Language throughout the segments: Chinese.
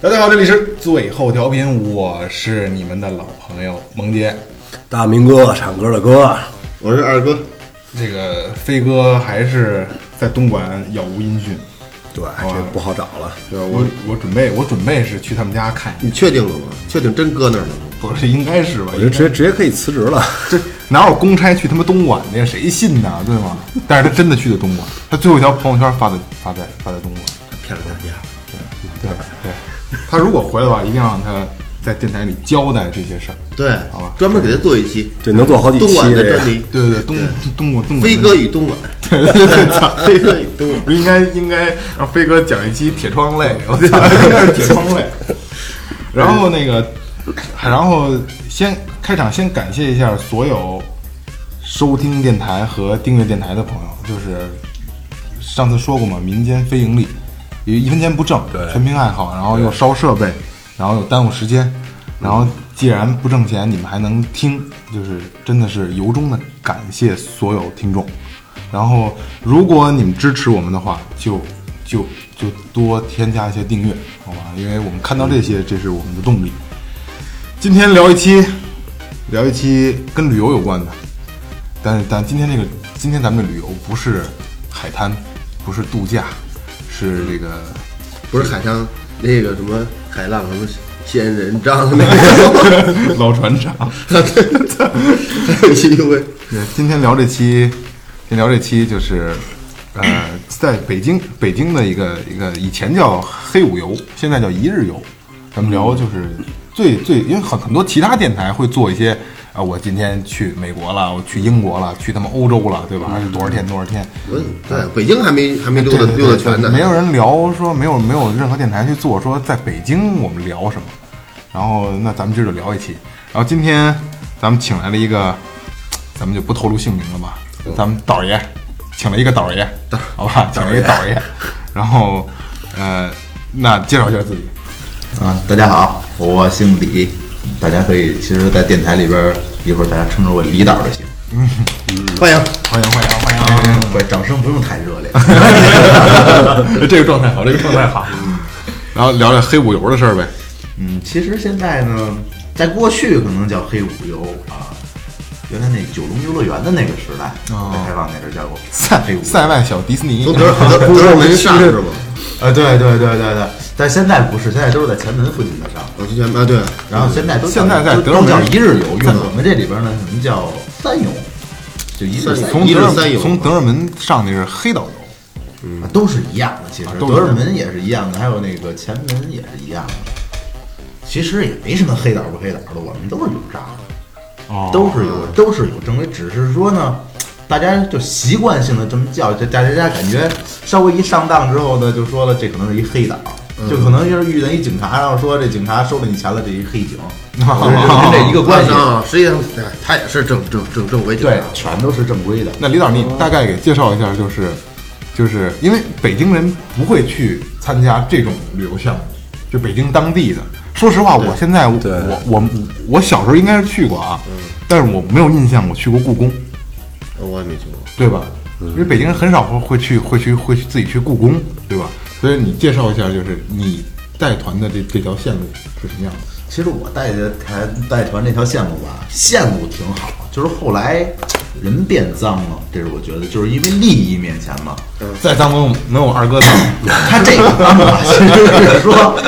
大家好，这里是最后调频，我是你们的老朋友萌杰。大明哥，唱歌啊的哥，我是二哥，这个飞哥还是在东莞杳无音讯，对，这不好找了。啊对吧？我我准备我准备是去他们家看一眼，你确定了吗？确定真搁那儿了吗？不是应该是吧？我就直接直接可以辞职了。这哪有公差去他妈东莞的呀？谁信呐？对吗？但是他真的去的东莞，他最后一条朋友圈发在发在发在东莞。骗了大家，对对，他如果回来的话，一定要让他在电台里交代这些事儿。好吧对，专门给他做一期，这能做好几期东莞的这个专 题，对对，东东莞东莞飞哥与东莞， 飞哥与东莞，不应该应该让飞哥讲一期铁窗泪，我讲的是铁窗泪。然后那个，然后先开场先感谢一下所有收听电台和订阅电台的朋友，就是上次说过嘛，民间非盈利，一一分钱不挣，全凭爱好，然后又烧设备，然后又耽误时间，然后既然不挣钱，你们还能听，就是真的是由衷的感谢所有听众。然后，如果你们支持我们的话，就就就多添加一些订阅，好吧？因为我们看到这些，这是我们的动力。今天聊一期，聊一期跟旅游有关的，但是但今天这个今天咱们的旅游不是海滩，不是度假，是这个不是海上那个什么海浪什么仙人掌 那个， 老船长。还有新会，对，今天聊这期，今天聊这期就是，呃，在北京北京的一个一个以前叫黑五游，现在叫一日游。咱们聊就是最最，因为很很多其他电台会做一些啊、我今天去美国了，我去英国了，去他们欧洲了，对吧？还是多少天多少天？我对北京还没还没溜达对溜达对全呢，没有人聊说没有没有任何电台去做说在北京我们聊什么，然后那咱们今儿就聊一期，然后今天咱们请来了一个，咱们就不透露姓名了吧，咱们导爷，请了一个嗯导爷，好吧，请了一个导爷，然后呃，那介绍一下自己，啊，大家好，我姓李，大家可以，其实，在电台里边儿，一会儿大家称之为李导就行。欢迎。欢迎欢迎欢迎。不是，掌声不用太热烈。 这个状态好，这个状态好。 然后聊聊黑五油的事儿呗。 嗯，其实现在呢，在过去可能叫黑五游啊，原来那九龙游乐园的那个时代，哦在开放那阵儿叫过塞黑五游。塞外小迪士尼，从德尔德德尔文上是吗？啊，对对对对对，但现在不是，现在都是在前门附近的上。我之前 啊，对，然后现在都叫现在在都德胜都叫门一日游，在用我们这里边呢，可能叫三游，就一日三三游从一德日尔三游从德尔门上那是黑导游。啊，都是一样的，其实啊都是一德样的胜门也是一样的，还有那个前门也是一样的。其实也没什么黑导不黑导的，我们都是有账的，哦都是有都是有正规，只是说呢，大家就习惯性的这么叫，就大家感觉稍微一上当之后呢，就说了这可能是一黑导，嗯就可能就是遇见一警察，然后说这警察收了你钱了，这一黑 警，我觉得就跟这一个哦关系。啊，实际上哎他也是正正正正规警察对，全都是正规的。那李导，你大概给介绍一下，就是，就是因为北京人不会去参加这种旅游项目，就北京当地的。说实话，我现在我对我我我小时候应该是去过啊，但是我没有印象我去过故宫，我也没去过。对吧？因为北京人很少会会去会去会去自己去故宫，对吧？所以你介绍一下，就是你带团的这这条线路是什么样的？其实我带的团带团这条线路吧，线路挺好，就是后来人变脏了，这是我觉得，就是因为利益面前嘛。再脏没有没有我二哥脏，他这个脏啊，其实就是说，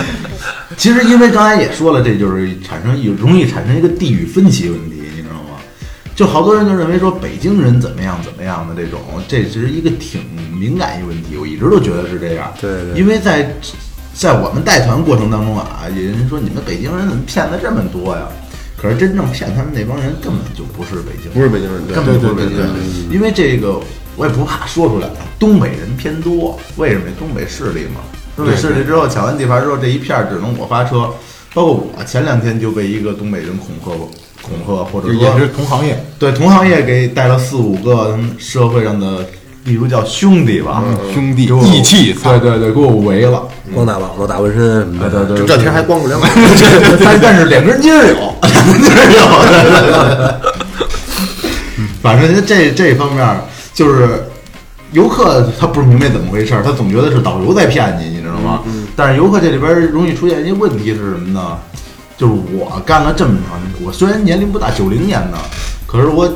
其实因为刚才也说了，这就是产生一容易产生一个地域分歧问题，你知道吗？就好多人就认为说北京人怎么样怎么样的这种，这其实一个挺敏感一个问题，我一直都觉得是这样。对对因为在在我们带团过程当中啊，有人说你们北京人怎么骗子这么多呀？可是真正骗他们那帮人根本就不是北京人，不是北京人对根本就不对是北对京对人对。因为这个我也不怕说出来，东北人偏多，为什么？东北势力嘛，东北势力之后抢完地盘之后，这一片儿只能我发车，包括我前两天就被一个东北人恐吓过，恐吓或者就也是说同行业。对同行业给带了四五个他们社会上的，例如叫兄弟吧，兄弟给我义气嗯对对对，给我围了，嗯光大膀子、大纹身什么的，对这这天还光不 了膀但但是两根筋儿有， 两根筋儿有对 对对对。反正这这方面儿就是游客他不明白怎么回事儿，他总觉得是导游在骗你，你知道吗？但是游客这里边儿容易出现一些问题是什么呢？就是我干了这么长，我虽然年龄不大，九零年的，可是我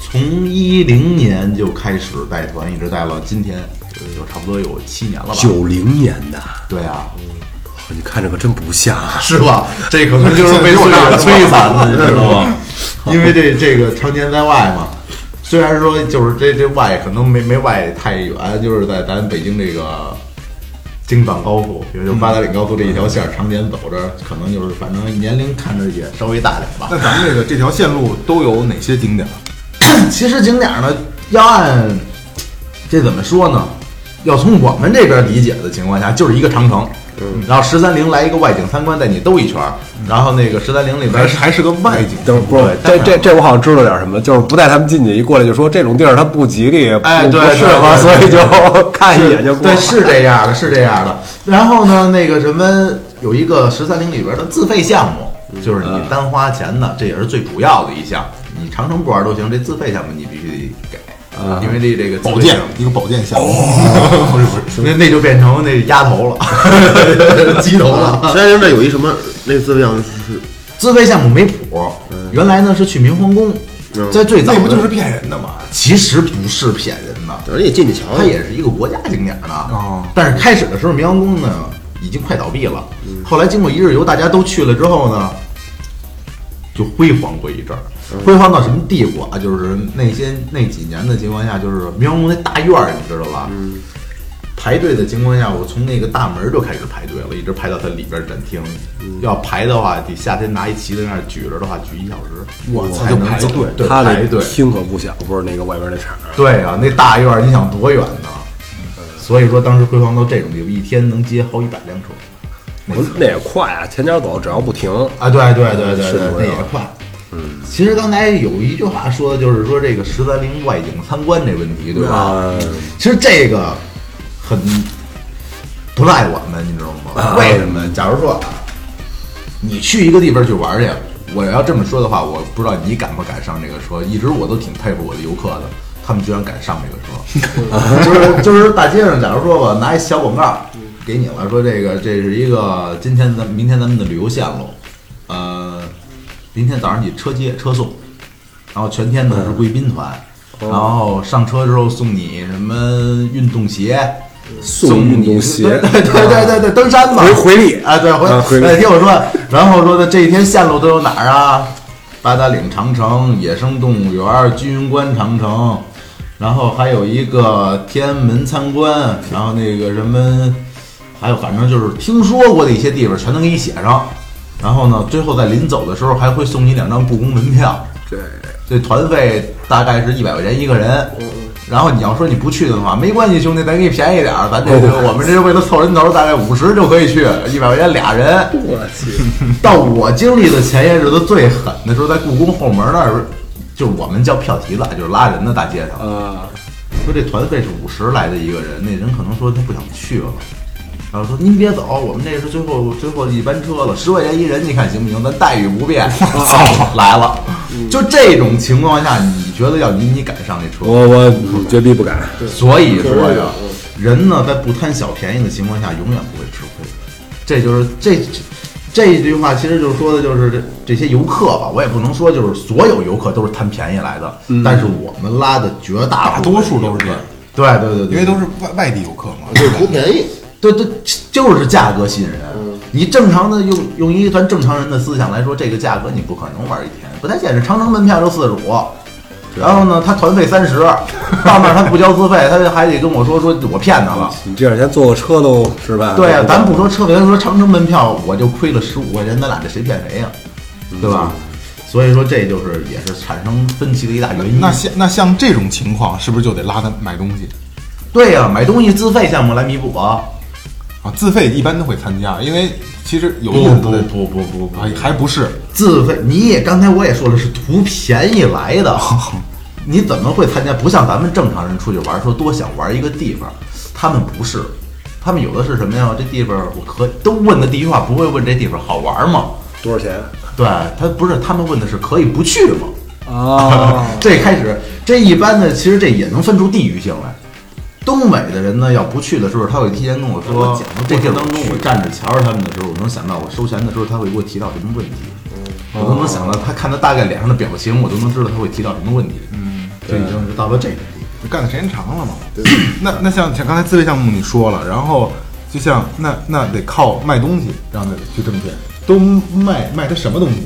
从一零年就开始带团，一直带到今天，呃有差不多有七年了吧？九零年的，对啊，哦你看着可真不像啊！是吧？这可能就是被岁月摧残的，你知道吗？因为这这个常年在外嘛，虽然说就是这这外可能没没外太远，就是在咱北京这个京藏高速，也嗯就是八达岭高速这一条线儿，常年走着，可能就是反正年龄看着也稍微大点吧。那咱们这个这条线路都有哪些景点？ 其实景点儿呢，要按这怎么说呢？要从我们这边理解的情况下，就是一个长城，嗯然后十三陵来一个外景参观，带你兜一圈儿，然后那个十三陵里边还是还是个外景，等不是对这这这我好像知道点什么，就是不带他们进去，一过来就说这种地儿它不吉利，不哎对不对适合，所对以对就看一眼就过对，。是这样的，是这样的。然后呢，那个什么，有一个十三陵里边的自费项嗯目，就是你单花钱的，这也是最主要的一项。你长城不玩都行，这自费项目你必须得啊给，因为这这个自费保健项目一个保健项目。不是不是，那那就变成那鸭 头了，鸡头啊了。山上这有一什么类似的样子是自费项目没谱，原来呢是去明皇宫，嗯在最早嗯那不的就是骗人的吗？其实不是骗人的，是，而且进去瞧它瞧，也是一个国家景点呢。哦但是开始的时候，明阳宫呢已经快倒闭了。后来经过一日游，大家都去了之后呢，就辉煌过一阵儿。辉煌到什么地步啊？就是那些那几年的情况下，就是明阳宫那大院儿，你知道吧？排队的情况下，我从那个大门就开始排队了，一直排到它里边儿展厅。要排的话，得夏天拿一旗子在那儿举着的话，举一小时，我操才能就排走队对，他排队那。厅可不小，不是那个外边那场儿。对啊，那大院儿你想多远呢？所以说当时辉煌到这种地步，一天能接好几百辆车。我那也快啊，前脚走只要不停，啊，对对对对是对，多那远也快。啊嗯，其实刚才有一句话说的就是说这个十三陵外景参观这问题，对吧？嗯其实这个很不赖我们，你知道吗？啊为什么？假如说啊，你去一个地方去玩去，我要这么说的话，我不知道你敢不敢上这个车。一直我都挺佩服我的游客的，他们居然敢上这个车。就是就是大街上，假如说吧，拿一小广告给你了，说这个这是一个今天咱明天咱们的旅游线路，呃，明天早上你车接车送，然后全天呢是贵宾团，然后上车之后送你什么运动鞋。送运动鞋对对对对对对，登山嘛，回回力啊，对，回啊回力哎，听我说，然后说的这一天线路都有哪儿啊？八达岭长城、野生动物园、居云关长城，然后还有一个天安门参观，然后那个什么，还有反正就是听说过的一些地方全能给你写上。然后呢，最后在临走的时候还会送你两张故宫门票。对，这团费大概是一百块钱一个人。嗯然后你要说你不去的话，没关系，兄弟，咱给你便宜点儿，咱这个我们这是为了凑人头，大概五十就可以去，一百块钱俩人。我去，到我经历的前些日子最狠的时候，在故宫后门那儿，就是我们叫票提了，就是拉人的大街上，呃，说这团费是五十来的一个人，那人可能说他不想去了，然后说您别走，我们这是最后最后一班车了，十块钱一人，你看行不行？咱待遇不变，操，来了，嗯就这种情况下，你觉得要你你敢上这车吗？我我嗯绝逼不敢。所以说啊呀，人呢在不贪小便宜的情况下，永远不会吃亏。这就是这这这一句话，其实就是说的就是这这些游客吧，我也不能说就是所有游客都是贪便宜来的，但是我们拉的绝大嗯大部分多数都是这样游客。对对对因对，为都是外外地游客嘛，就是图便宜，对对，就是价格吸引人。你正常的用用一咱正常人的思想来说，这个价格你不可能玩一天，不太现实。长城门票就四十五，然后呢，他团费三十，到那儿他不交自费，他还得跟我说说我骗他了。你这两天坐个车都是吧？对呀、呀，咱不说车费，咱说长城门票，我就亏了十五块钱，咱俩这谁骗谁呀、对吧？所以说这就是也是产生分歧的一大原因。那像那像这种情况，是不是就得拉他买东西对呀、买东西自费项目来弥补啊。啊？自费一般都会参加，因为其实有不意思不的不不不不，哎还不是自费，你也刚才我也说了，是图便宜来的。 你怎么会参加？不像咱们正常人出去玩，说多想玩一个地方，他们不是，他们有的是什么呀？这地方我可都问的第一句话不会问这地方好玩吗？多少钱？对他不是，他们问的是可以不去吗？哦，啊这开始这一般呢，其实这也能分出地域性来。东北的人呢，要不去的时候，他会提前跟我说，这地儿当中我站着瞧着他们的时候，我能想到我收钱的时候他会给我提到什么问题，我都能想到他看他大概脸上的表情，我都能知道他会提到什么问题。嗯，就已经是到了这个地步。就干的时间长 了嘛。那那像像刚才自费项目你说了，然后就像那那得靠卖东西让他去挣钱，都卖卖他什么东西？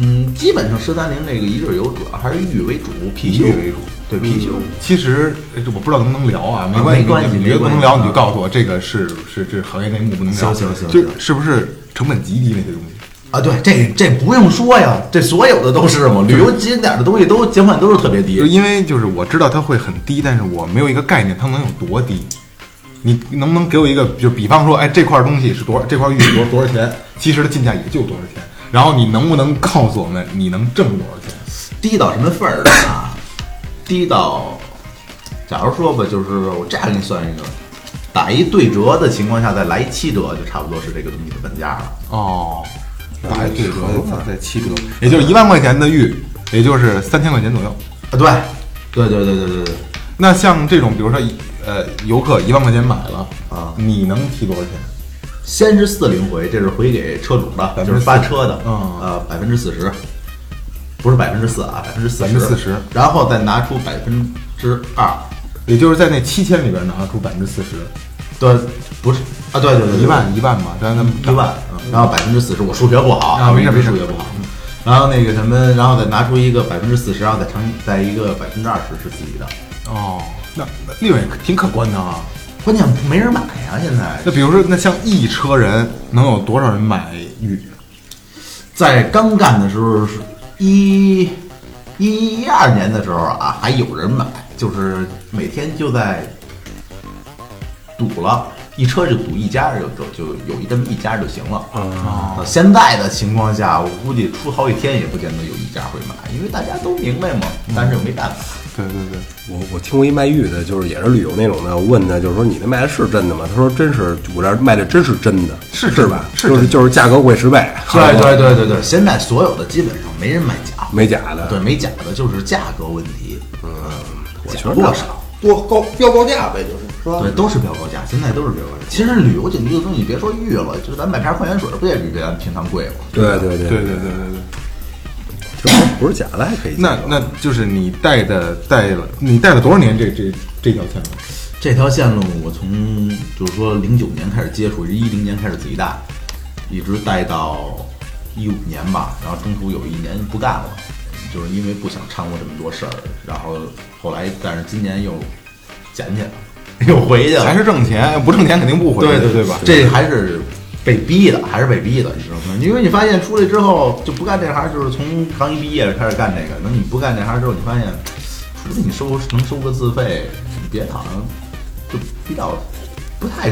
嗯，基本上十三陵这个一日游主要还是玉为主，貔貅为主，对貔貅。嗯其实呃我不知道能不能聊啊，没关系，没关系你没觉得不能关系聊你就告诉我，这个是是这行业内幕不能聊。行行行就是不是成本极低那些东西？啊，对，这这不用说呀，这所有的都是嘛，旅游景点的东西都监管都是特别就低。因为就是我知道它会很低，但是我没有一个概念它能有多低。你能不能给我一个，就比方说，哎，这块东西是多少，这块玉是多多少钱？其实它进价也就多少钱。然后你能不能告诉我们你能挣多少钱？低到什么份儿上啊？低到，假如说吧，就是我这样给你算一个，打一对折的情况下再来一七折，就差不多是这个东西的本价了。哦，打一对折再七折，也就是一万块钱的玉，也就是三千块钱左右。啊，对，对对对对对对，那像这种，比如说，呃，游客一万块钱买了啊你能提多少钱？先是四零回，这是回给车主的，就是发车的，嗯呃，百分之四十，不是百分之四啊，百分之四十， 40%然后再拿出百分之二。也就是在那七千里边拿出百分之四十，对，不是啊，对对对，一万一万吧，刚才咱们一万，然后百分之四十，我数学不好啊没事没事数学不好。然后那个什么，然后再拿出一个百分之四十，然后再乘以再一个百分之二十是自己的。哦，那那利润也挺可观的啊。关键没人买呀、现在那比如说，那像一车人能有多少人买玉？在刚干的时候是一一一二年的时候啊，还有人买，就是每天就在赌了。一车就赌一家就就就有一这么一家就行了。啊、现在的情况下，我估计出好几天也不见得有一家会买，因为大家都明白嘛，但是又没办法。对对对， 我我听过一卖玉的，就是也是旅游那种的，我问他就是说你那卖的是真的吗？他说真是，我这儿卖的真是真的，是是吧？是就是真就是价格贵十倍，对对对对对，现在所有的基本上没嗯人卖假货，没假的。对，没假的就是价格问题，呃我假觉得多少。哎多高标高价呗，就是是吧？对，都是标高价，现在都是标高价。其实旅游景区的东西，别说玉了，就是咱买瓶矿泉水，不也比咱平常贵吗？对对对对对对对对。就是说不是假的还可以接受。那那就是你带的带了，你带了多少年这这这条线路？这条线路我从就是说零九年开始接触，一零年开始自己带，一直带到一五年吧，然后中途有一年不干了，就是因为不想掺和这么多事儿，然后后来但是今年又捡起来了，又回去了，还是挣钱，不挣钱肯定不回去，呃对对对吧？这还是被逼的，还是被逼的，你知道吗？因为你发现出来之后就不干这行，就是从刚一毕业就开始干这个。那你不干这行之后，你发现，除非你收能收个自费，你别躺，就比较不太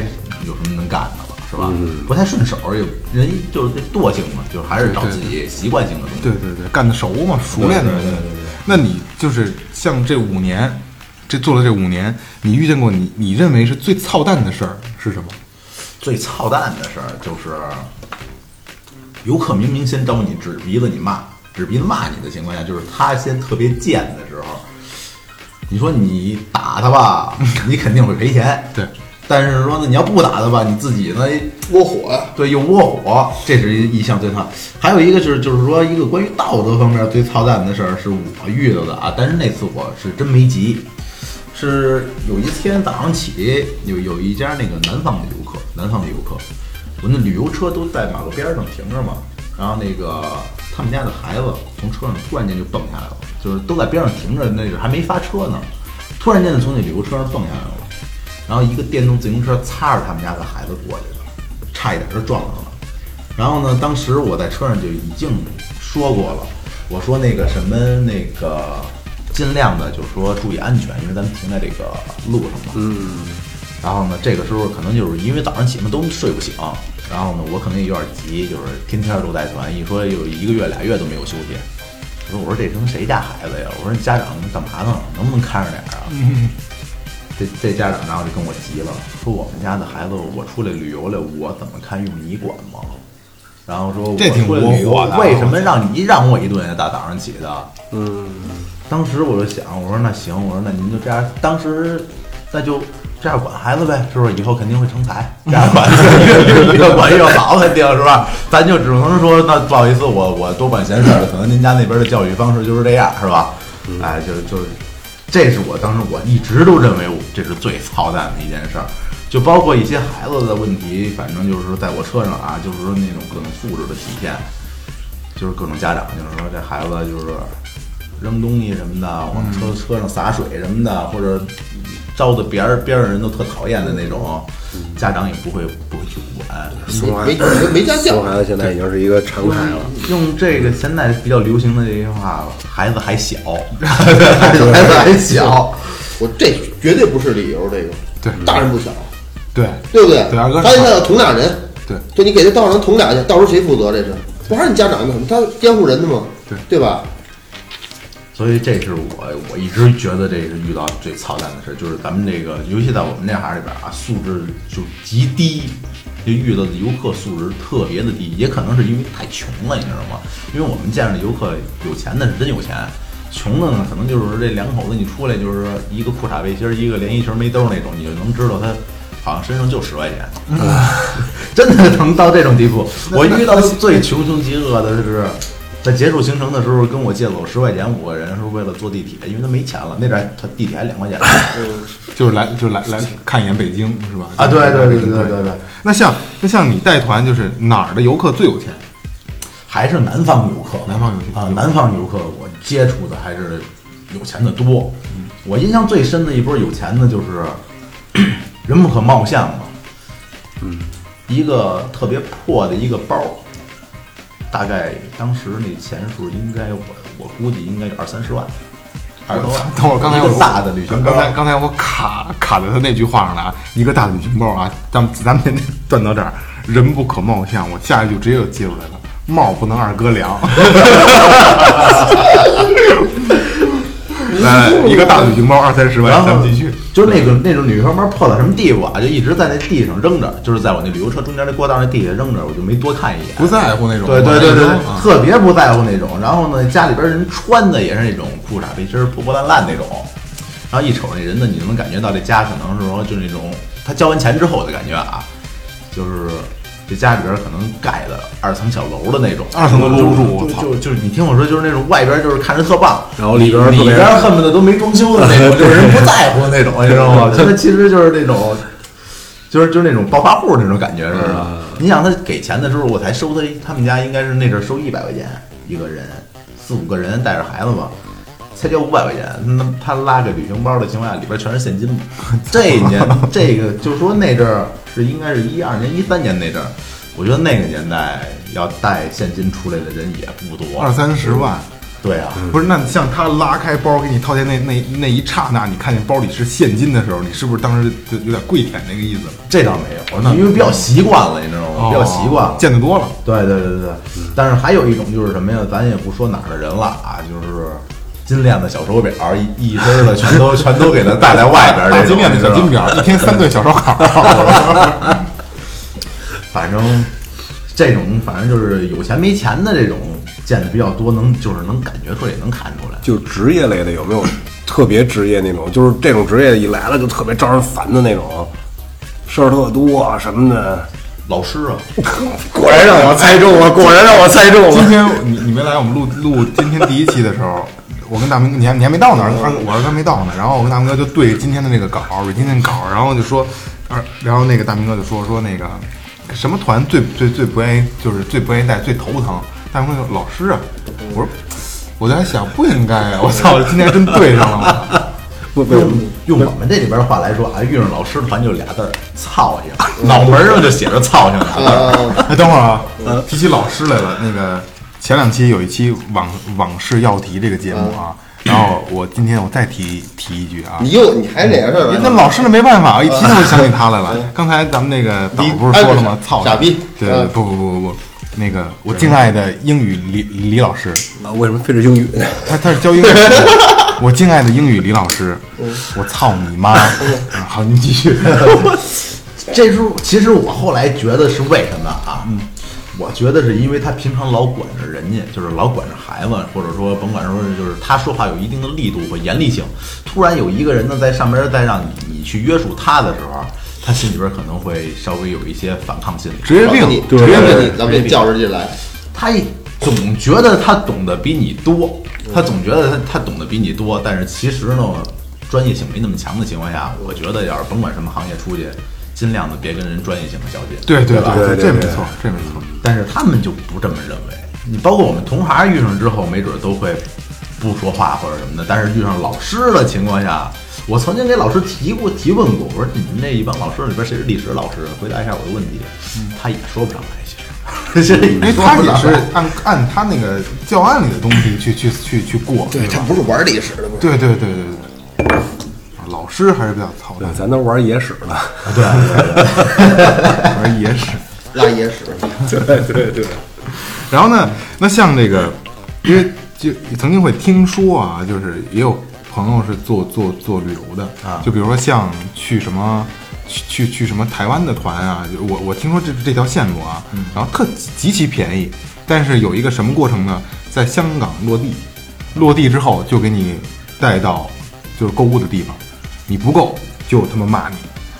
有什么能干的了，是吧？不太顺手，也人就是这惰性嘛，就还是找自己习惯性的东西。对对对，干的熟嘛，熟练的。对对对对对那你就是像这五年，这做了这五年，你遇见过你你认为是最操蛋的事儿是什么？最操蛋的事儿就是，游客明明先招你指鼻子你骂，指鼻子骂你的情况下，就是他先特别贱的时候，你说你打他吧， 你肯定会赔钱。对，但是说呢，你要不打他吧，你自己呢，窝火呀，对，又窝火，这是一一项最操。还有一个就是，就是说一个关于道德方面最操蛋的事儿是我遇到的啊，但是那次我是真没急，是有一天早上起有有一家那个南方的游客，南方的游客，我那旅游车都在马路边儿上停着嘛，然后那个他们家的孩子从车上突然间就蹦下来了，就是都在边上停着，那个还没发车呢，突然间就从那旅游车上蹦下来了，然后一个电动自行车擦着他们家的孩子过去了，差一点就撞上了。然后呢，当时我在车上就已经说过了，我说那个什么那个，尽量的就是说注意安全，因为咱们停在这个路上嘛。嗯。然后呢，这个时候可能就是因为早上起嘛都睡不醒，然后呢，我可能也有点急，就是天天都带团，一说有一个月俩月都没有休息。我说我说这他妈谁家孩子呀？我说你家长干嘛呢？能不能看着点儿啊？这这家长然后就跟我急了，说我们家的孩子我出来旅游来，我怎么看用你管吗？然后说我这挺出来旅游窝火的啊为什么让你让我一顿呀？大早上起的，嗯，当时我就想，我说那行，我说那您就这样。当时那就这样管孩子呗，是不是？以后肯定会成才，这样 管越管越好，肯定是吧？咱就只能说，那不好意思，我我多管闲事儿了，可能您家那边的教育方式就是这样，是吧？哎，就就这是我当时我一直都认为我这是最操蛋的一件事儿，就包括一些孩子的问题，反正就是说在我车上啊，就是说那种各种素质的体现，就是各种家长就是说这孩子就是扔东西什么的，往车车上洒水什么的，或者招的别人边上人都特讨厌的那种，家长也不会不会去管。松孩没没没家教松 孩子现在已经是一个常态嗯了。用这个现在比较流行的这句话，孩子还小，孩子还小，我这绝对不是理由，这个对大人不小，对对不对？对二哥他现在要捅俩人，对，就你给他道上捅俩去，到时候谁负责？这是不还是你家长吗？他监护人的嘛，对对吧？所以这是我我一直觉得这是遇到最操蛋的事，就是咱们这个，尤其在我们这行里边啊，素质就极低，就遇到的游客素质特别的低，也可能是因为太穷了，你知道吗？因为我们见着的游客有钱的是真有钱，穷的呢可能就是这两口子你出来就是一个裤衩背心儿，一个连衣裙没兜儿那种，你就能知道他。好像身上就十块钱，真的能到这种地 步。我遇到的最穷凶极恶的是，在结束行程的时候跟我借走十块钱，五个人是为了坐地铁，因为他没钱了。那边儿他地铁还两块钱就是来就来来看一眼北京是吧？ 啊！对对对对对对对，那像那像你带团，就是哪儿的游客最有钱？还是南方游客，南方游客啊，南方游客我接触的还是有钱的多。嗯我印象最深的一波有钱的就是 人不可貌相嘛，嗯，一个特别破的一个包儿，大概当时那钱数应该我我估计应该有二三十万，二十多万。 等会儿刚才一我个大的旅行包刚，才刚才我卡卡在他那句话上了啊，一个大的旅行包啊，咱们咱们先 断到这儿，人不可貌相，我下一句直接就接出来了，貌不能二哥 量。来，一个大旅行包二三十万然，咱后们继续。就是那个那种女生包破到什么地步啊，就一直在那地上扔着，就是在我那旅游车中间那过道那地下扔着，我就没多看一眼。不在乎那种，对对对对对啊，特别不在乎那种。然后呢，家里边人穿的也是那种裤衩背心儿破破烂烂那种。然后一瞅那人呢，你就能感觉到这家可能是说就那种他交完钱之后的感觉啊，就是这家里边可能盖的二层小楼的那种，二层都搂不住我就操就就是你听我说，就是那种外边就是看着特棒，然后里边儿特里别边儿恨不得都没装修的那 种，就是人不在乎那种，你知道吗？他其实就是那种。就是就是那种暴发户那种感觉似的。啊你想他给钱的时候，我才收他，他们家应该是那阵儿收一百块钱一个人，四五个人带着孩子嘛，才交五百块钱。那他拉个旅行包的情况下，里边全是现金 嘛。这一年这个就说那阵儿是应该是一二年、一三年那阵儿，我觉得那个年代要带现金出来的人也不多。二三嗯十万。对啊，不是，那像他拉开包给你掏钱那那那一刹那，你看见包里是现金的时候，你是不是当时就有点跪舔那个意思了？这倒没有，因为比较习惯了，你知道吗？哦比较习惯了。哦见得嗯多了。对对对对，但是还有一种就是什么呀？咱也不说哪儿的人了啊，就是金链子、小手表，一一身儿的全都全都给他带在外边儿大这啊种，金链子、小金你知道吗， 表，一天三顿小烧烤。反正这种反正就是有钱没钱的这种见的比较多，能就是能感觉出来，也能看出来。就职业类的有没有特别职业那种？就是这种职业一来了就特别招人烦的那种，事儿特多啊什么的。老师啊，果然让我猜中了， 果然让我猜中今了。天你你没来，我们录录今天第一期的时候，我跟大明哥，你还你还没到呢，二哥我二哥没到呢，然后我跟大明哥就对今天的那个稿，今天的稿，然后就说，二然后那个大明哥就说说那个什么团最最最不愿意就是最不愿意带最头疼，大明哥说老师啊，我说我就还想不应该啊，我操，今天还真对上了，不不，用用我们这里边儿话来说啊，遇上老师团就俩字儿操性， 脑门儿上就写着操性俩字儿。啊，哎，等会儿啊，提起老师来了，那个前两期有一期往往事要提这个节目啊，然后我今天我再提提一句啊，你又你还这样事儿那了？老师那没办法，一提到就想起他来了。刚才咱们那个导李不是说了吗哎？操，傻逼对对，嗯不不不不不，那个我敬爱的英语李李老师，啊为什么非是英语呢？他他是教英语的。我敬爱的英语李老师，我操你妈！啊 好，您继续。这时候，其实我后来觉得是为什么啊？嗯，我觉得是因为他平常老管着人家，就是老管着孩子，或者说甭管说是就是他说话有一定的力度和严厉性。突然有一个人呢在上边儿再让你你去约束他的时候，他心里边儿可能会稍微有一些反抗心理。职业病你，对直接给你，咱们给叫人进来，他一总觉得他懂得比你多，他总觉得他他懂得比你多，但是其实呢，专业性没那么强的情况下，我觉得要是甭管什么行业出去，尽量的别跟人专业性的较劲。对对对对对这没对错，这没错。但是他们就不这么认为。你包括我们同行遇上之后，没准都会不说话或者什么的。但是遇上老师的情况下，我曾经给老师提过提问过，我说你们那一帮老师里边谁是历史老师？回答一下我的问题，他也说不上来，其实，这因为也说嗯哎他不也上是来。按按他那个教案里的东西去去去去过，对他吧？不是玩历史的，不是。对对对对对，老师还是比较操对蛋，咱都玩野史了，而也是。拉野史，然后呢，那像这个，因为就曾经会听说啊，就是也有朋友是做做做旅游的啊就比如说像去什么。去去去什么台湾的团啊？就我我听说这这条线路啊，然后特极其便宜，但是有一个什么过程呢？在香港落地，落地之后就给你带到就是购物的地方，你不够就他妈骂你，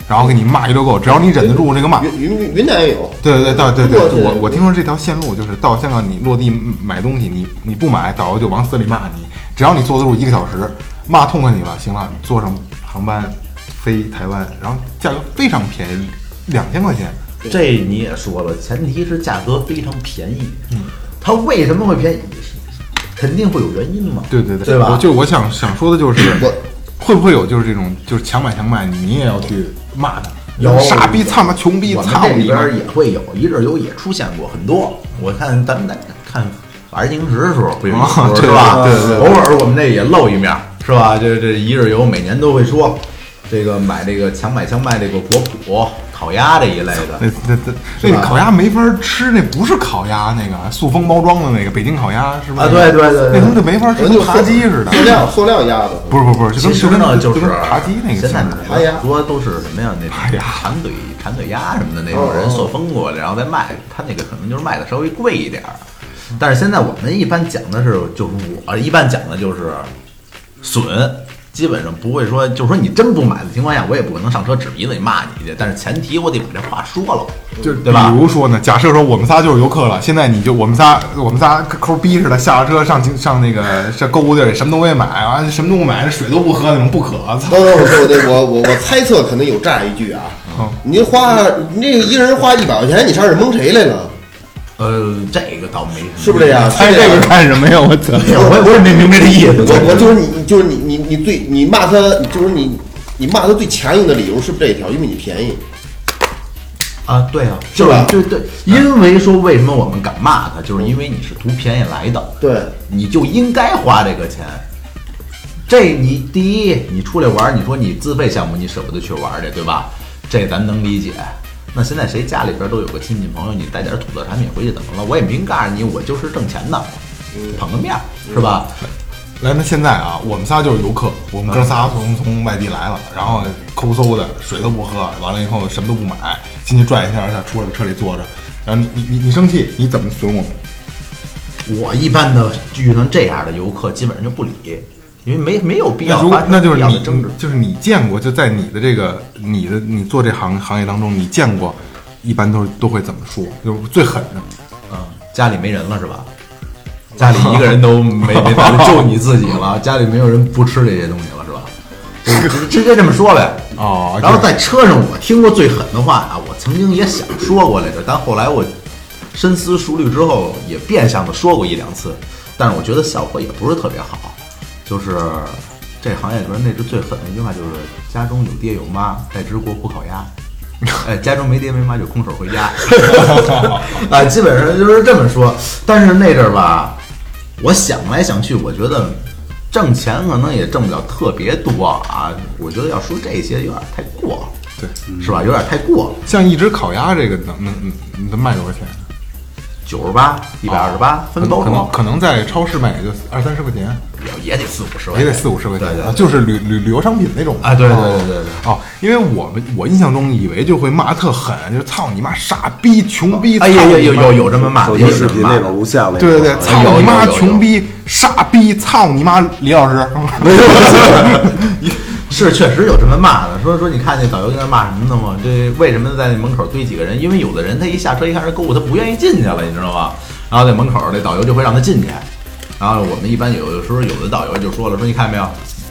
然后给你骂一溜够，只要你忍得住这个骂，云云云南也有，对对对到对对，过去我我听说这条线路就是到香港，你落地买东西，你你不买，导游就往死里骂你，只要你坐得住一个小时，骂痛快你了，行了，你坐上航班飞台湾，然后价格非常便宜，两千块钱，这你也说了，前提是价格非常便宜。嗯，它为什么会便宜？肯定会有原因嘛。对对对，对吧？我就我想想说的就是我，会不会有就是这种就是强买强卖，你也要去骂他，有傻逼，操妈穷逼，我们操这里你边妈！儿也会有，一阵有也出现过很多。我看咱们在看《法制进行时》的时候会有一啊波，对是吧？对对对偶尔我们这也露一面儿，是吧？这这一日游每年都会说，这个买这个强买强卖这个果脯、烤鸭这一类那的，那那是那吧烤鸭没法吃，那不是烤鸭，那个塑封包装的那个北京烤鸭是吧？啊对对对对那他妈就没法吃，我跟就扒鸡似的。塑料塑料鸭子，不是不是不是，其就实跟呢，跟就是跟扒鸡那个现性在质买鸭的很多都是什么呀？那哎种呀馋嘴馋嘴鸭什么的那种人塑封过来，然后再卖，他那个可能就是卖的稍微贵一点儿。但是现在我们一般讲的是，就是我呃一般讲的就是损，基本上不会说，就是说你真不买的情况下，我也不可能上车指鼻子里骂你去，但是前提我得把这话说了，就是对吧比？如说呢，假设说我们仨就是游客了，现在你就我们仨我们仨抠逼似的，下了车上景上那个上购物地儿，什么都没买，完了什么都不买，水都不喝，那种不渴， 操！等等，我说我得我我我猜测可能有这样一句啊嗯，您花你这一人花一百块钱，你上这蒙谁来了？呃，这个倒没什么，是不是这样？猜是这样个干什么呀？我操！没有？我也我也没明白这意思。我我就是你，就是你，你你最你骂他，就是你你骂他最强硬的理由是不是这一条？因为你便宜。啊，对啊，是就吧就对，因为说为什么我们敢骂他，嗯就是因为你是图便宜来的，对，你就应该花这个钱。这你第一，你出来玩儿，你说你自费项目，你舍不得去玩儿去，对吧？这咱能理解。那现在谁家里边都有个亲戚朋友，你带点土特产品回去怎么了？我也明告诉你，我就是挣钱的，嗯捧个面儿是吧？ 来，那现在啊，我们仨就是游客，我们哥仨从从外地来了，然后抠搜的，水都不喝，完了以后什么都不买，进去转一下，下出来车里坐着，然后你你你生气，你怎么损我们？我一般的遇上这样的游客，基本上就不理，因为没没有必要那如发果生那就必是要你的争执。就是你见过，就在你的这个你的你做这行行业当中，你见过，一般都是都会怎么说？就是最狠的，嗯，家里没人了是吧？家里一个人都没没在，就你自己了，家里没有人不吃这些东西了是吧？就直接这么说呗。哦然后就是在车上我听过最狠的话啊，我曾经也想说过来着，但后来我深思熟虑之后，也变相的说过一两次，但是我觉得效果也不是特别好。就是这行业里边那句最狠的一句话就是“家中有爹有妈，带只国脯烤 鸭”。哎，家中没爹没妈就空手回家，啊，基本上就是这么说。但是那阵儿吧，我想来想去，我觉得挣钱可能也挣不了特别多啊。我觉得要说这些有点太过，对，嗯是吧？有点太过，像一只烤鸭这个能能能能卖多少钱？啊九十八、一百二十八，分包哦可能装。可能在超市卖也就二三十块钱，也也得四五十万，也得四五十块钱对对啊，就是旅旅旅游商品那种啊对对对对对哦，因为我们我印象中以为就会骂特狠，就是操你妈傻逼穷逼，哎操有有你有妈有有这么骂的，手有机这视么频骂那的种录像那种，对对对，啊操你妈哎有有有穷逼傻逼，操你妈李老师， 是确实有这么骂的，说说你看那导游在那骂什么呢吗？这为什么在那门口堆几个人？因为有的人他一下车一看是购物，他不愿意进去了，你知道吗？然后在门口那导游就会让他进去。然后我们一般有的时候有的导游就说了，说你看见没有，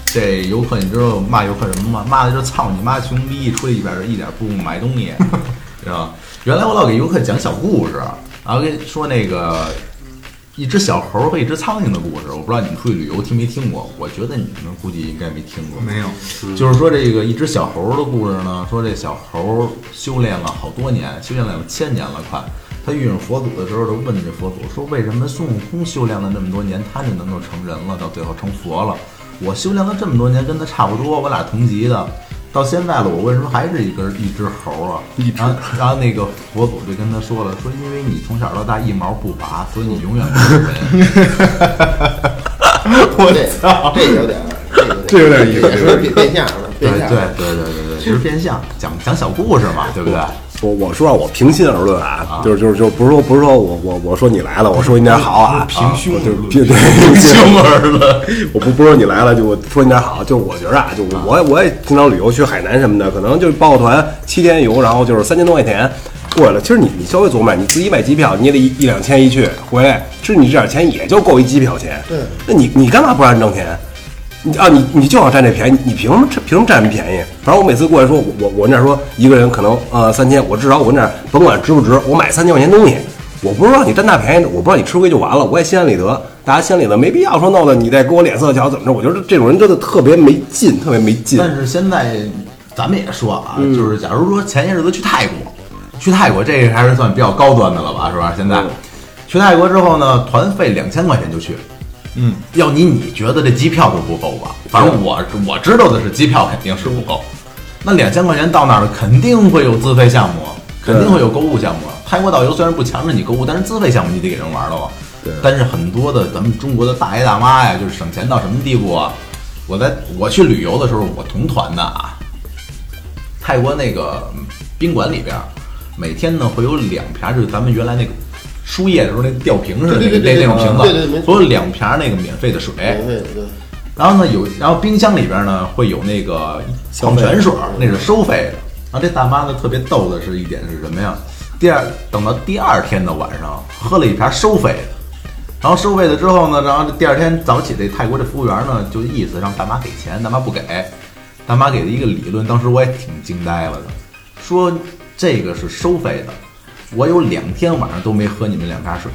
这游客你知道骂游客什么吗？骂的就是操你妈穷逼，出去一点一点不买东西，知道吗？原来我老给游客讲小故事，然后跟说那个一只小猴和一只苍蝇的故事，我不知道你们出去旅游听没听过，我觉得你们估计应该没听过。没有，就是说这个一只小猴的故事呢，说这小猴修炼了好多年，修炼了有千年了快。他遇上佛祖的时候，就问这佛祖说：“为什么孙悟空修炼了那么多年，他就能够成人了，到最后成佛了？我修炼了这么多年，跟他差不多，我俩同级的，到现在了，我为什么还是一根一只猴啊？一只。然后那个佛祖就跟他说了，说因为你从小到大一毛不拔，所以你永远不是人。” 我这操，这有点儿，这有点意思也是变变相了，对变相对对对对对，就是变相讲讲小故事嘛，对不对？我我说啊，我平心而论啊，就是就是就不是说不是说我我我说你来了，我说你点好啊，平胸就是平 平胸而论。我不不是说你来了，就我说你点好，就是我觉着啊，就我我也经常旅游去海南什么的，可能就报个团七天游，然后就是三千多块钱过来了。其实你你稍微琢磨，你自己买机票你也得一一两千一去回来，其实你这点钱也就够一机票钱。对那你你干嘛不让人挣钱？你啊，你你就想占这便宜，你凭什么占凭什么占人便宜？反正我每次过来说，我我我那儿说一个人可能呃三千，我至少我那儿甭管值不值，我买三千块钱东西，我不是让你占大便宜，我不让你吃亏就完了，我也心安理得，大家心安理得，没必要说闹得你再给我脸色瞧怎么着？我觉得这种人真的特别没劲，特别没劲。但是现在咱们也说啊，就是假如说前些日子去泰国，去泰国这个还是算比较高端的了吧，是吧？现在去泰国之后呢，团费两千块钱就去。嗯，要你你觉得这机票都不够吧？反正我我知道的是机票肯定是不够。那两千块钱到那儿肯定会有自费项目，肯定会有购物项目。泰国导游虽然不强制你购物，但是自费项目你得给人玩了啊。但是很多的咱们中国的大爷大妈呀，就是省钱到什么地步啊？我在我去旅游的时候，我同团的啊，泰国那个宾馆里边儿，每天呢会有两瓶，就是咱们原来那个输液的时候那吊瓶似的那对个对那对那种对瓶子，对对没错哦会有两瓶那个免费的水。免费的，对然后呢有，然后冰箱里边呢会有那个矿泉水儿，那是收费的。啊然后这大妈呢特别逗的是一点是什么呀？第二等到第二天的晚上喝了一瓶收费的，然后收费了之后呢，然后这第二天早起这泰国这服务员呢就意思让大妈给钱，大妈不给，大妈给的一个理论，当时我也挺惊呆了的，说这个是收费的，我有两天晚上都没喝你们两瓶水，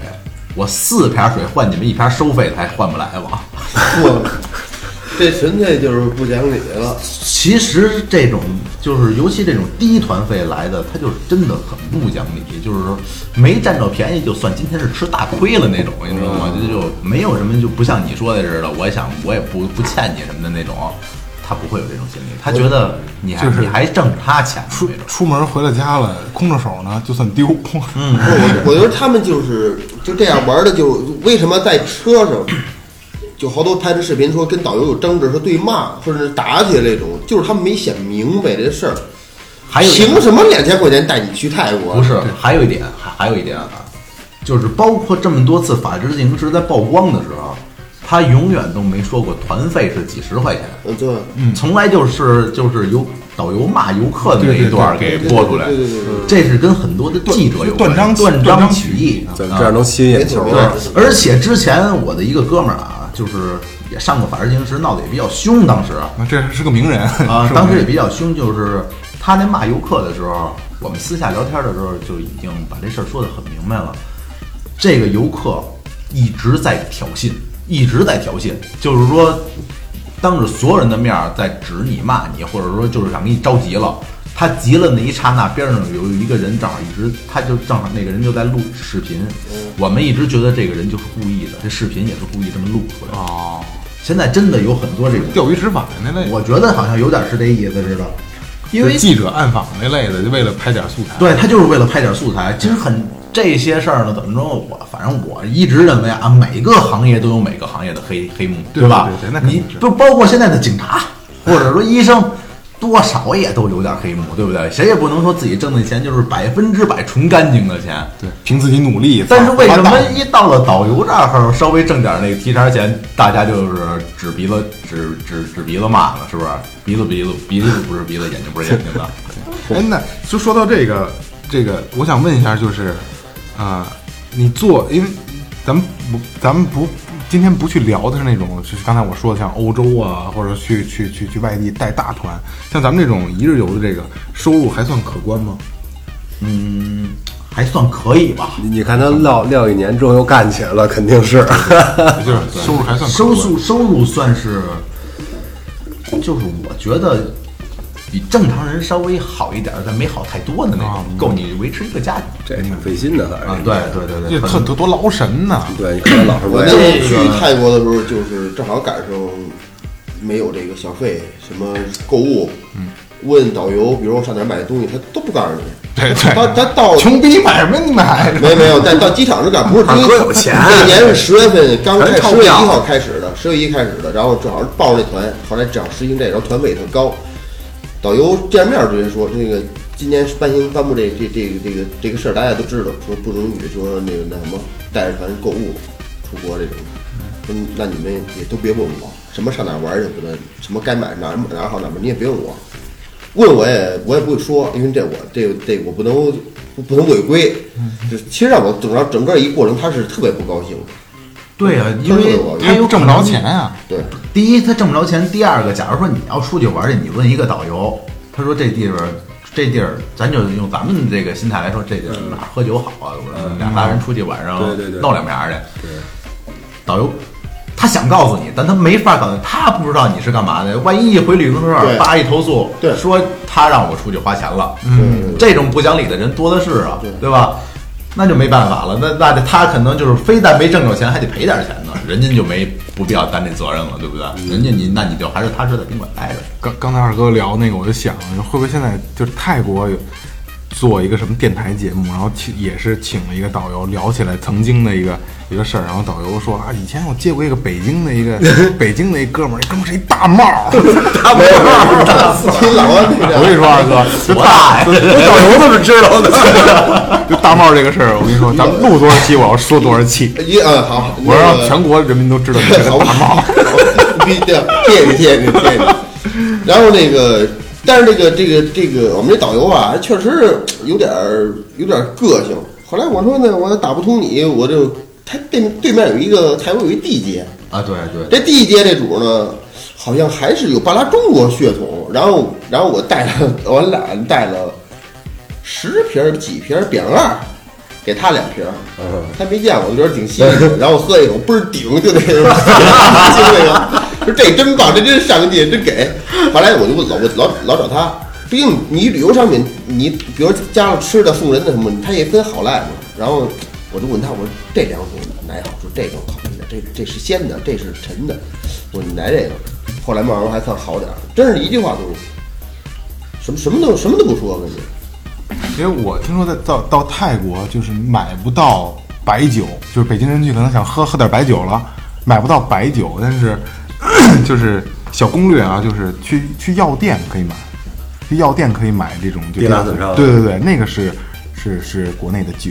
我四瓶水换你们一瓶收费的还换不来吧？ 我这纯粹就是不讲理了。其实这种就是，尤其这种低团费来的，他就是真的很不讲理，就是说没占着便宜就算今天是吃大亏了那种，嗯你知道吗？这就没有什么，就不像你说的似的，我也想我也不不欠你什么的那种，他不会有这种心理，他觉得你还、就是你还挣着他钱呢出那种。出门回了家了，空着手呢就算丢， 嗯，我我觉得他们就是就这样玩的，就为什么在车上，就好多拍的视频说跟导游有争执，说对骂或者是打起来那种，就是他们没想明白这事儿。还有一个凭什么两千块钱带你去泰国？不是，还有一点，还还有一点啊，就是包括这么多次法制进行时在曝光的时候，他永远都没说过团费是几十块钱。嗯，对，从来就是就是游导游骂游客的那一段儿给播出来对对对对对，这是跟很多的记者有关断章断断章取义，这啊这样能吸引眼球没吗错？对，而且之前我的一个哥们儿啊，就是也上过法制进行时，闹得也比较凶，当时这是个名人 啊，是吧当时也比较凶，就是他那骂游客的时候，我们私下聊天的时候就已经把这事儿说得很明白了。这个游客一直在挑衅，一直在挑衅，就是说当着所有人的面儿在指你骂你，或者说就是想给你着急了。他急了那一刹那，边上有一个人正好一直，他就正好那个人就在录视频，嗯我们一直觉得这个人就是故意的，这视频也是故意这么录出来的。哦，现在真的有很多这种钓鱼执法那类的，我觉得好像有点是这意思似的，因为就记者暗访那类的，就为了拍点素材，对他就是为了拍点素材，其实很这些事儿呢，怎么说？我反正我一直认为啊，每个行业都有每个行业的黑黑幕，对吧？对对那肯定你是不包括现在的警察，或者说医生，多少也都有点黑幕，对不对？谁也不能说自己挣的钱就是百分之百纯干净的钱。对，凭自己努力。但是为什发么大一到了导游这儿， 稍微挣点那个提成钱，大家就是指鼻子指指指鼻子骂了，是不是？鼻子鼻子鼻子不是鼻子，眼睛不是眼睛的。哎，那就说到这个，这个我想问一下，就是，啊、你做，因为咱们不，咱们不，今天不去聊的是那种，就是刚才我说的，像欧洲啊，或者去去去去外地带大团，像咱们这种一日游的这个收入还算可观 吗？嗯， 还算可以吧。你看他撂撂一年之后又干起来了，肯定是。就是收入还算可收观入收入算是，就是我觉得比正常人稍微好一点儿，但没好太多的那啊种，够你维持一个家庭。这也挺费心的，反啊正，对对对这对，特很多多劳神呐、对，你看他老是我为那了会儿去泰国的时候，就是正好赶上没有这个小费，什么购物，嗯问导游，比如我上哪儿买东西，他都不告诉你。对他对，他到穷逼买什么你 买？没没有，但到机场是赶不是大啊哥有钱那年是十月份刚开全始，钞十月一票号开始的，十月一开始的，然后正好是报那团，后来正好实行这，然后团费也特高，导游见面直接说这个。今年颁行颁布这这这个这个这个事儿，大家都知道，说不容许说那个那什么带着团购物出国这种，嗯，那你们也都别问我什么上哪儿玩儿去了，什么该买哪儿哪儿好哪儿买，你也别问我，问我也我也不会说，因为这我这这我不能不不能违规。嗯这其实让我整个整个一过程，他是特别不高兴的。对啊，因他为有我他他有又挣不可能着钱啊。 对，第一，他挣不着钱；第二个，假如说你要出去玩去，你问一个导游，他说这地方这地儿，咱就用咱们这个心态来说，这地儿哪儿喝酒好啊？我们俩仨人出去晚上对对对闹两下去，导游。他想告诉你，但他没法告诉你，他不知道你是干嘛的。万一一回旅行社对，叭一投诉，对说他让我出去花钱了，嗯这种不讲理的人多的是啊，对对吧？那就没办法了，那那得他可能就是非但没挣着钱，还得赔点钱呢，人家就没不必要担这责任了，对不对？嗯人家你那你就还是踏实在宾馆待着。刚刚才二哥聊那个，我就想，会不会现在就是泰国有做一个什么电台节目，然后请也是请了一个导游聊起来曾经的一个一个事儿，然后导游说啊，以前我接过一个北京的一 个北京的一哥们儿，那哥们儿是一大帽 儿，啊没有没有，你老王 我那跟你个，说二哥，这多大大呀？导游怎么知道 的？这大帽儿这个事儿，我跟你说，咱们录多少期，我要说多少期，一嗯好，我要让全国人民都知道你是个 好大帽儿。 必须的，谢谢谢谢谢谢。然后那个，但是这个这个这个，我们这导游啊，确实有点儿有点儿个性。后来我说呢，我打不通你，我就他对对面有一个台湾有一地接，啊，对对，这第一街这主呢，好像还是有巴拉中国血统。然后，然后我带了，我俩带了十瓶儿几瓶儿扁二，给他两瓶儿。嗯他没见过，我就觉得挺新鲜 的。然后喝一口，倍儿顶，就那 个，就那个，说这真棒，这真上进，真给。后来我就老我老老找他，毕竟你旅游商品，你比如加上吃的、送人的什么，他也分好赖嘛。然后我就问他，我说这两种哪好？说这个好一点，这这是鲜的，这是沉的。我说你来这个。后来慢慢还算好点儿，真是一句话都什么什么都什么都不说，跟你。因为我听说在到到泰国就是买不到白酒，就是北京人去可能想喝喝点白酒了，买不到白酒，但是 就是小攻略啊，就是去去药店可以买，去药店可以买这种就电拉子上对对对，那个是是是国内的酒。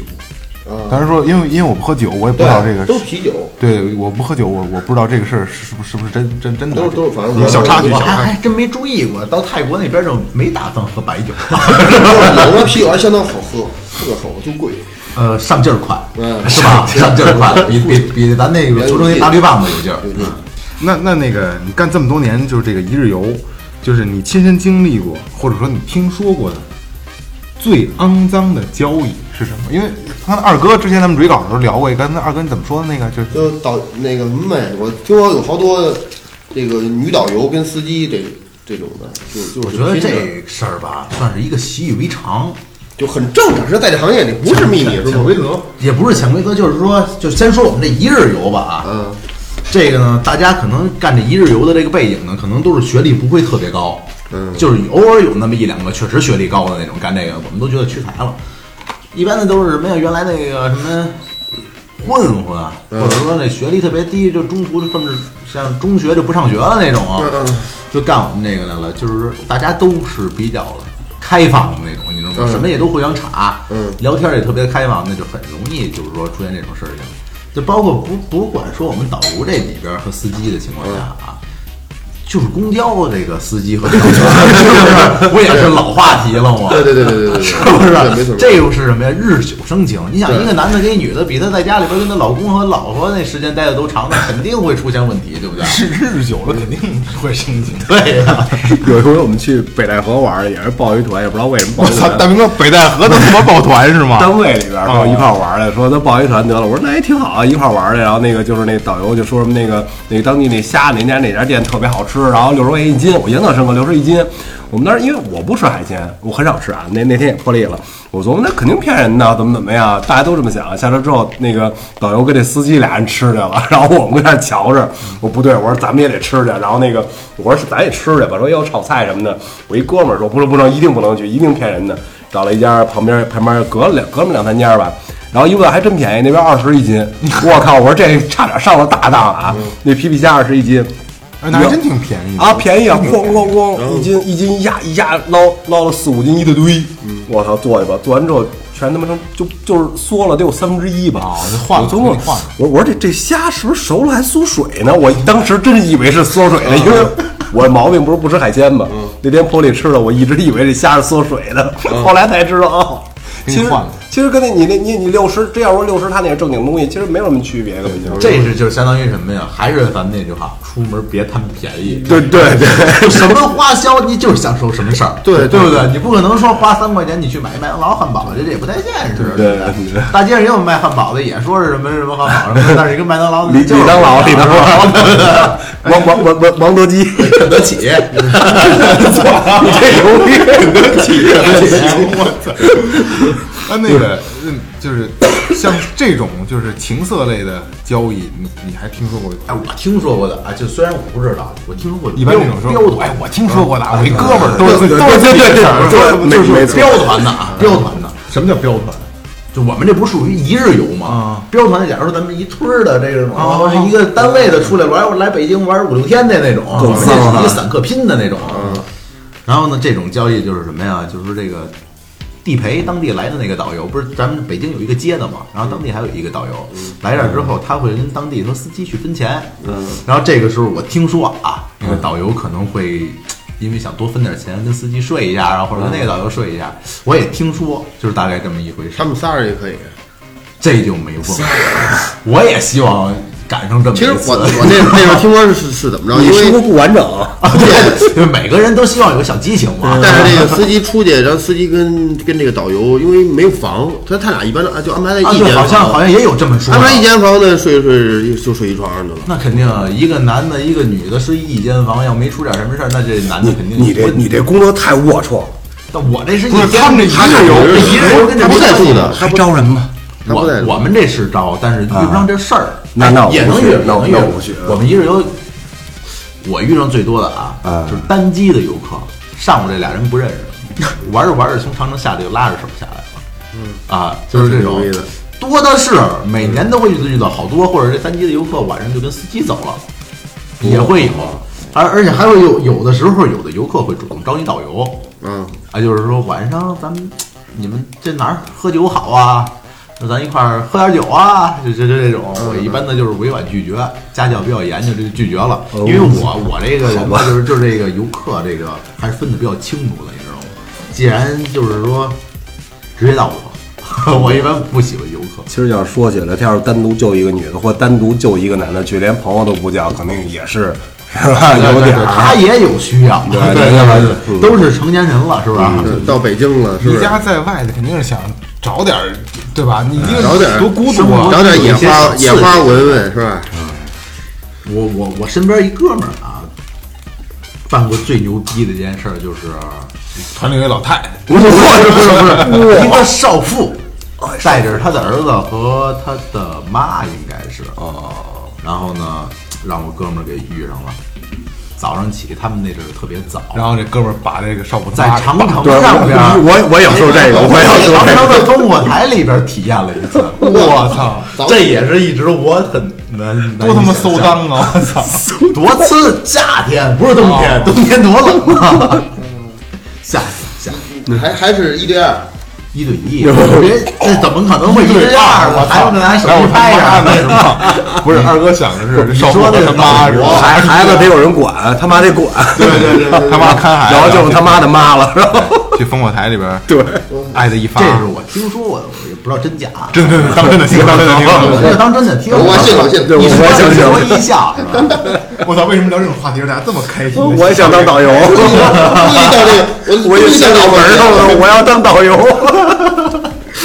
当然说，因为因为我不喝酒，我也不知道这个都是啤酒，对，我不喝酒，我我不知道这个事儿是是不是不是真真真的都是都是反正小插曲，小我还插曲。还真没注意过，到泰国那边就没打算喝白酒， 有的啤酒还相当好喝，特好，就贵。呃，上劲儿快，嗯是 吧？上劲儿快，比比比咱那个足球那大绿棒子有劲儿。那那那个，你干这么多年，就是这个一日游，就是你亲身经历过，或者说你听说过的最肮脏的交易是什么？因为刚才二哥之前咱们追稿的时候聊过一个，刚才二哥你怎么说的那个就是就导那个妹，我听说有好多这个女导游跟司机这这种的，就就我是觉得拼这事儿吧，算是一个习以为常。就很正常，是在这行业里不是秘密，是规则。也不是潜规则，就是说，就先说我们这一日游吧啊。嗯，这个呢，大家可能干这一日游的这个背景呢，可能都是学历不会特别高，嗯，就是偶尔有那么一两个确实学历高的那种干这个，我们都觉得屈才了。一般的都是什么呀？原来那个什么混混，或者说那学历特别低，就中途甚至像中学就不上学了那种，就干我们这个来了。就是大家都是比较开放的那种，你知道吗？什么也都互相查，嗯聊天也特别开放，那就很容易就是说出现这种事情。就包括不不管说我们导游这里边和司机的情况下啊。就是公交这个司机和导游，是不是？不也是老话题了吗？对对对对对对对， 是不对没错是？没错这又是什么呀？日久生情。你想，对一个男的跟一女的比，他在家里边跟他老公和老婆那时间待的都长，那肯定会出现问题，对不对？是日久了肯定会生情。对呀、有一回我们去北戴河玩儿，也是报一团，也不知道为什么报我一操，团。大明哥，北戴河都他妈抱团是吗？单位里边儿跟我一块儿玩儿的，说都报一团得了。我说那也挺好啊，一块儿玩儿的。然后那个就是那导游就说什么那个那个当地那虾哪家哪家店特别好吃，然后六十块钱一斤，我印象深刻，六十一斤。我们当时因为我不吃海鲜，我很少吃啊，那那天也破例了。我琢磨那肯定骗人的，怎么怎么样，啊大家都这么想。下车之后，那个导游跟这司机俩人吃去了， 然后我们跟那儿瞧着，我不对，我说咱们也得吃去。然后那个我说咱也吃去吧，说要炒菜什么的。我一哥们儿说不能不能，一定不能去，一定骗人的。找了一家旁边旁边隔了两隔了两三家吧，然后一问还真便宜，那边二十一斤，我靠！我说这差点上了大当啊！那皮皮虾二十一斤哎，那还真挺便宜的啊，便宜啊，咣咣咣，一斤一斤一压一压捞捞了四五斤一大堆，嗯我操，做去吧，做完之后全他妈成就就是缩了得有三分之一吧，那哦换了我琢磨那换了我我说这这虾是不是熟了还缩水呢？我当时真以为是缩水嗯的，因为我毛病不是不吃海鲜嘛。那天坡里吃了，我一直以为这虾是缩水的， 后来才知道哦。嗯给其你实换了其实跟那你那你你六十，这要说六十，他那是正经东西，其实没有什么区别，根本就。这是就相当于什么呀？还是咱们那句话，出门别贪便宜。对对对，什么花销，你就是享受什么事儿，对对不对？你不可能说花三块钱你去买一麦当劳汉堡，这这也不太现实。对不对大街上也有卖汉堡的，也说是什么什么汉堡什么的，但是跟麦当劳李就是李当劳，不一李样当劳，王王王王王德基，肯德基， 你这牛逼，肯德基，我操！啊，那个，嗯，就是像这种就是情色类的交易，你你还听说过？哎，我听说过的啊，就虽然我不知道，我听说过一般这种说标标，哎团，，我听说过的，我一哥们儿都对是对都是对对对都是对就是没没错错。标团的啊，标团的。什么叫标团？就我们这不属于一日游吗？标团，假如说咱们一村儿的这种，或者一个单位的出来玩，我来北京玩五六天的那种，我更们这丧属于啊散客拼的那种。哦嗯然后呢，这种交易就是什么呀？就是这个地陪当地来的那个导游，不是咱们北京有一个街的嘛，然后当地还有一个导游，来这儿之后他会跟当地说司机去分钱，嗯，然后这个时候我听说啊，那个导游可能会。因为想多分点钱，跟司机睡一下，然后或者跟那个导游睡一下，我也听说，就是大概这么一回事。他们仨人也可以。这就没问过。我也希望赶上这么一其实次。我我那那时候听说是是怎么着，因你为生 活不完整， 啊对，就是每个人都希望有个小激情嘛。但是那个司机出去，然后司机跟跟这个导游，因为没有房，他他俩一般都就安排在啊，一对，间好像好房，像也有这么说安的。排一间房呢，睡睡就睡一床上去了。那肯定啊，一个男的，一个女的睡一间房，要没出点什么事儿，那这男的肯定你这有问题你这工作太龌龊了，但我这是一不是间他们这一日游这一日游跟他这不在住呢，还招人吗？他不在我我们这是招，但是遇不上这事儿，那那我不也能去遇，也那我能遇那我不去我们一日游，我遇上最多的啊，嗯就是单机的游客，上午这俩人不认识，玩着玩着从长城下来就拉着手下来了，嗯啊，就是这种挺牛逼的多的是，每年都会遇到好多，或者这单机的游客晚上就跟司机走了，也会有，而而且还会有有的时候有的游客会主动招你导游，嗯，啊，就是说晚上咱们你们这哪儿喝酒好啊？那咱一块儿喝点酒啊，就就就这种。我一般的就是委婉拒绝，家教比较严，就这就拒绝了。因为我我这个哦人吧，就是就是这个游客这个还是分的比较清楚的，你知道吗？既然就是说直接到我， 我一般不喜欢游客。其实要说起来，他要是单独就一个女的，或单独就一个男的去，连朋友都不叫，肯定也是是吧？有点儿啊他也有需要，对对对对对，都是成年人了，是不是？到北京了，是不你是？家在外的肯定是想找点儿，对吧？你一个找点儿多孤独生活啊！找点野花野花闻闻是吧？我我我身边一哥们儿啊，办过最牛逼的一件事儿就是，团里有一老太太，不是不是不是不是，一个少妇哎带着她的儿子和她的妈，应该是哦。然后呢，让我哥们儿给遇上了，早上起他们那阵儿特别早，然后这哥们儿把这个少不在长城对，上边儿我，我我有时候这个，我有时候长这城个。的篝火台里边儿体验了一 次，我操，早这也是一直我很难多他妈馊脏啊！我操，多次夏天不是冬天，冬天多冷啊！夏天夏天还还是一对二，一对一，别这怎么可能会一对二？我还能拿 手然后我机他拍妈上的是吗？不是二哥想的是这少说妇的是他妈是吧？孩孩子得有人管，他妈得管，对对对对，他妈看孩子，然后就是他妈的妈了，然后去烽火台里边，对，爱的一发 这，是我听说过的，我也不知道真假。真的当真的行，当真的行。我这当真的听，我信我信，对你我说相信说一笑是吧？我操，为什么聊这种话题让大家这么开心？我也想当 导游，故意到这个， 我我故就意想到脑这门个上了，我要当导游。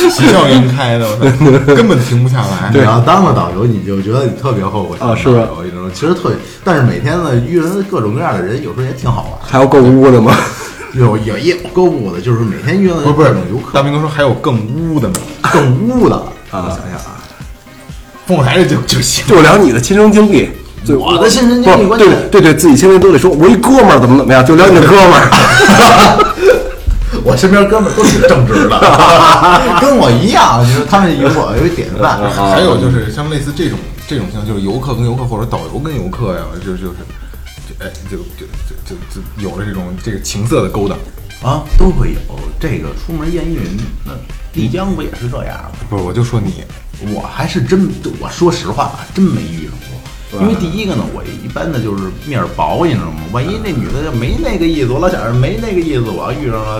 喜笑颜开的，我 操，根本停不下来。你要啊当了导游，你就觉得你特别后悔啊是吧吧？导游，你知道吗？其实特别，但是每天呢遇人各种各样的人，有时候也挺好玩。 还要购物的吗？有有也有购物的，就是每天遇到不是不各是种游，客大明哥说还有更污的吗？更污的我想想啊，烽火台这就 就行。 就聊你的亲身经历。对我的亲身经历不关键对对对，自己亲身经历说，我一哥们儿怎么怎么样，就聊你的哥们 儿。我身边哥们儿都挺正直 的，跟我一样，就是他们有我为典范。还有就是像类似这种这种情况，就是游客跟游客，或者导游跟游客呀，就就是，就哎，就就就就就有了这种这个情色的勾当。啊，都会有这个出门艳遇，那丽江不也是这样吗？不是，我就说你，我还是真，我说实话啊，真没遇上过。因为第一个呢，我一般的就是面儿薄，你知道吗？万一那女的就没那个意思，我老想着没那个意思，我要遇上了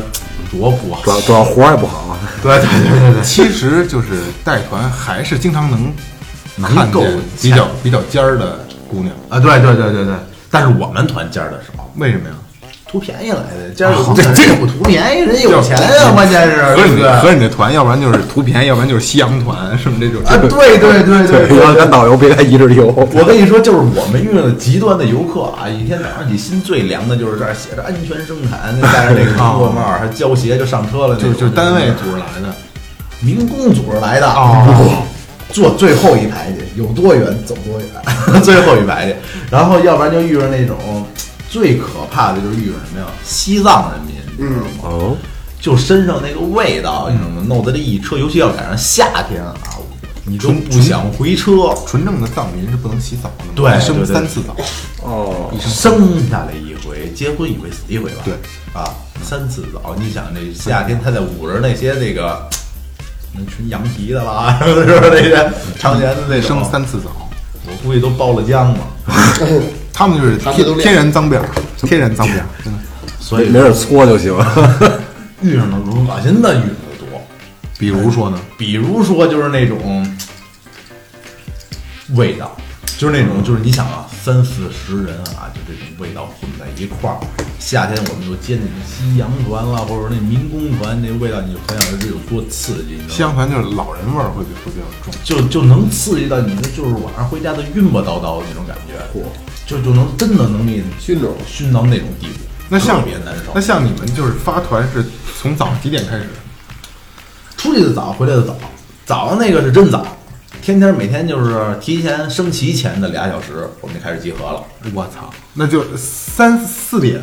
多不好主。要主要活儿也不好，啊对对对对对， 其实就是带团还是经常能能看够见比较比较尖儿的姑娘，啊，对对对对对。但是我们团尖儿的少，为什么呀？图便宜来的，尖儿 有这这这不图便宜，人有钱呀，关键是合对着不你对？合着你这团，要不然就是图便宜，要不然就是夕阳团，什么这种。啊，对对对对对 要对当导游别干一日游。我跟你说，就是我们遇到的极端的游客啊，一天早上你心最凉的就是这儿写着安全生产，戴着那个工作帽，还胶鞋就上车了那就种，嗯就是单位组织来的，民工组织来的，哦坐最后一排去，有多远走多远， 最后一排去。然后要不然就遇上那种最可怕的，就是遇上什么呀？西藏人民，你知道嗯吗？哦，就身上那个味道，你知道吗？弄得这一车，尤其要赶上夏天啊，你都不想回车。纯正的藏民是不能洗澡的嘛，对一生对对三次澡。哦，生下来一回，结婚一回，死一回吧。对，啊，三次澡。你想这夏天他在捂着那些那个，那纯羊皮的啦， 是不是那些常年的那一种生？三次澡，我估计都包了浆了。他们就是他们都天练天然脏辫儿，天然脏辫儿，真的。所以没人搓就 行。遇上的恶心的遇上的多。比如说呢，比如说就是那种味道，就是嗯那种就是你想啊，三四十人啊，就这种味道混在一块儿。夏天我们就接那种夕阳团啦，或者说那民工团，那味道你就可想而知有多刺激，你知西道洋吗？团就是老人味儿会比会比较重。就就能刺激到你，就是晚上回家都晕吧叨叨的那种感觉，就就能真的能给你熏着熏到那种地步，那像特别难受那。像你们就是发团是从早几点开始？出去的早，回来的早，早那个是真早，天天每天就是提前升旗前的俩小时，我们就开始集合了。我操，那就三四点。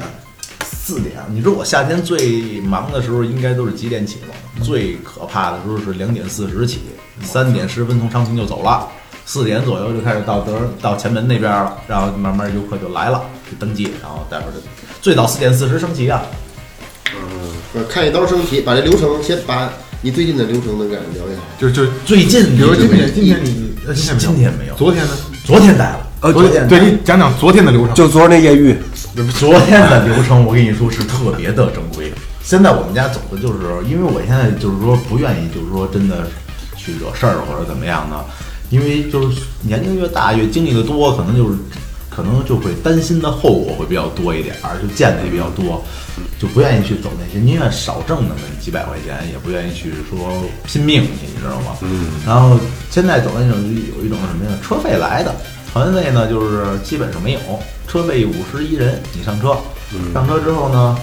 四点，你说我夏天最忙的时候应该都是几点起吗？最可怕的时候是两点四十起，三点十分从昌平就走了，四点左右就开始到德到前门那边了，然后慢慢游客就来了，就登记，然后待会儿就最早四点四十升旗啊。呃看一刀升旗，把这流程先把你最近的流程能给俺聊一聊。就就最近比如你今就没天今天你呃今天没有今天没有昨天呢？昨天待了，呃昨天对你讲讲昨天的流程。就昨儿那艳遇，昨天的流程，我跟你说是特别的正规。现在我们家走的就是，因为我现在就是说不愿意，就是说真的去惹事儿或者怎么样呢？因为就是年龄越大，越经历的多，可能就是可能就会担心的后果会比较多一点儿，就见的也比较多，就不愿意去走那些，宁愿少挣那么几百块钱，也不愿意去说拼命去，你知道吗？嗯。然后现在走那种就有一种什么呀，车费来的，团费呢，就是基本上没有，车费五十一人，你上车，上车之后呢，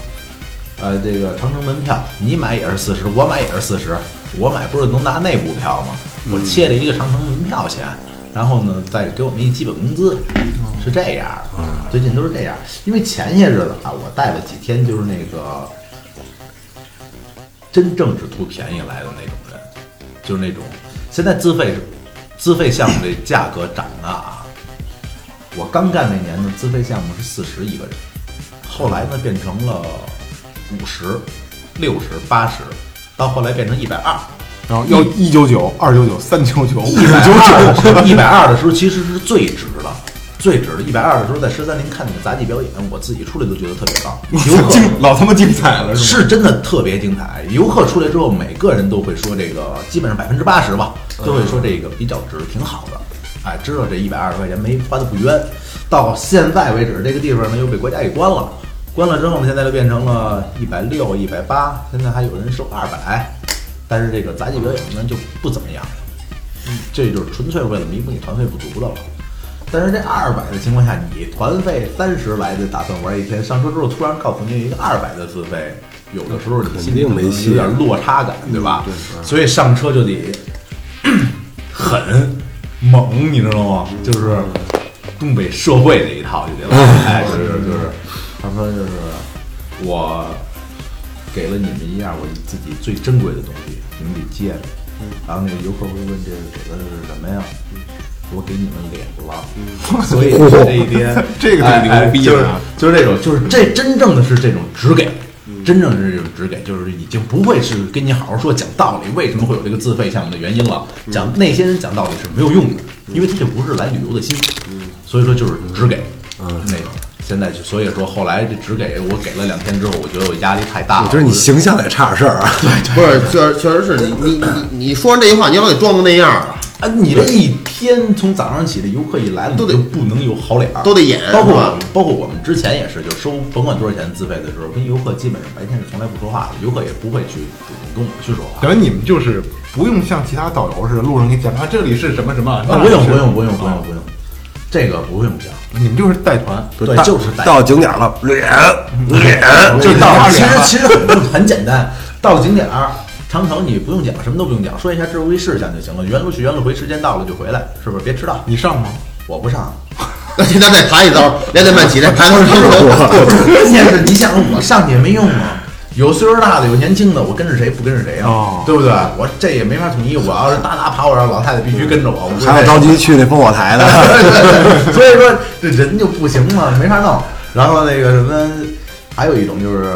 呃，这个长城门票你买也是四十，我买也是四十，我买不是能拿内部票吗？我切了一个长城门票钱，然后呢再给我们一基本工资，是这样的。最近都是这样，因为前些日子啊，我带了几天就是那个真正是图便宜来的那种人，就是那种现在自费自费项目这价格涨了啊。我刚干那年的自费项目是四十一个人，后来呢变成了五十、六十、八十，到后来变成一百二。然后要一九九、二九九、三九九、五一百九二的九，时候，一百二的时候其实是最值的，最值的。一百二的时候，在十三陵看那个杂技表演，我自己出来都觉得特 别棒。游客精老他妈精彩了是吗？是真的特别精彩。游客出来之后，每个人都会说这个，基本上百分之八十吧，嗯都会说这个比较值，挺好的。哎，知道这一百二十块钱没花的不冤。到现在为止，这个地方呢又被国家给关了，关了之后呢，现在就变成了一百六、一百八，现在还有人收二百，但是这个杂技表演呢就不怎么样。这就是纯粹为了弥补你团费不足的了。但是这二百的情况下，你团费三十来的打算玩一天，上车之后突然告诉你有一个二百的自费，有的时候你心肯里定可能没戏有点落差感，嗯对吧？所以上车就得狠猛，你知道吗？就是东北社会那一套就得来，哎，就是就是，他说就是我给了你们一样我自己最珍贵的东西，你们得接着。然后那个游客会问这给的是什么呀？我给你们脸了，所以这一天 这个挺牛逼的啊哎哎就是就是这种，就是这真正的是这种只给，嗯真正是这种只给，就是已经不会是跟你好好说讲道理，为什么会有这个自费项目的原因了。嗯讲那些人讲道理是没有用的，因为他就不是来旅游的心，嗯所以说就是只给，那个。现在就所以说，后来这只给我给了两天之后，我觉得我压力太大了。我觉得你形象也差点事儿啊。不是，确确实是你你你你说完这句话，你老得装成那样啊，啊，你这一天从早上起来，游客一来了，都得你就不能有好脸儿，都得演包是括吧我们包括我们之前也是，就收甭管多少钱自费的时候，跟游客基本上白天是从来不说话的，游客也不会去主动跟我们去说话。等于你们就是不用像其他导游似的，路上给你讲啊，这里是什么什么，啊，不用那里是不用不用不用不用，这个不用讲，你们就是带团，不 对，到就是带到景点了，脸脸就花到脸其实了其实很很简单，到景点儿长城你不用讲，什么都不用讲，说一下注意事项就行了，原路去原路回，时间到了就回来，是不是？别迟到，你上吗？我不上。那那再爬一遭，连连慢起，再 爬到上头。 关键是你想我上去也没用啊，有岁数大的，有年轻的，我跟着谁不跟着谁啊？哦对不对？我这也没法统一，我要是大大爬，我让老太太必须跟着我，我还要着急。急去那烽火台 呢。所以说这人就不行了，没法弄。然后那个什么，还有一种就是。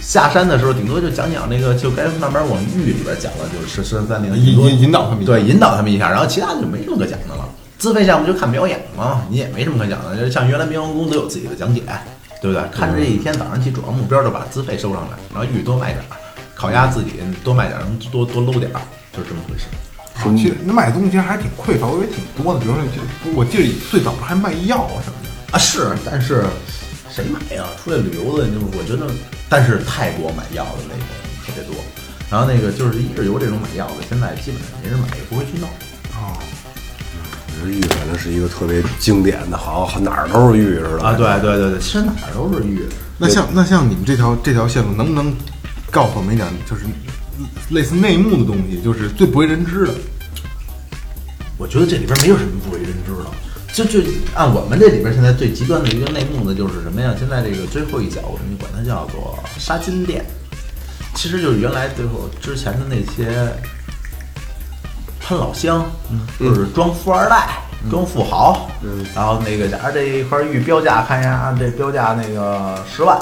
下山的时候，顶多就讲讲那个，就该慢慢往狱里边讲了，就是深山林引引引导他们一下对，引导他们一下，然后其他的就没什么可讲的了。自费项目就看表演嘛，你也没什么可讲的。就是像原来明王宫都有自己的讲解，对不对？看这一天早上起，主要目标就把自费收上来，然后玉多卖点儿，烤鸭自己多卖点儿，能多多搂点儿，就是这么回事。我去，那买东西还是挺匮乏，我以为挺多的。比如说，就我记得最早不是还卖药啊什么的。啊，是，但是谁买呀？出来旅游的，就是我觉得，但是泰国买药的那种特别多。然后那个就是一日游这种买药的，现在基本上没人买，也不会去弄。玉反正是一个特别经典的，好像哪儿都是玉似的啊，对对对对，其实哪儿都是玉。那像那像你们这条这条线路，能不能告诉我们一点，就是类似内幕的东西，就是最不为人知的？我觉得这里边没有什么不为人知的。就就按我们这里边现在最极端的一个内幕呢，就是什么呀？现在这个最后一脚，我们就管它叫做杀金店，其实就是原来最后之前的那些潘老乡，嗯就是装富二代、装富豪，然后那个假如这一块玉标价，看一下啊这标价那个十万，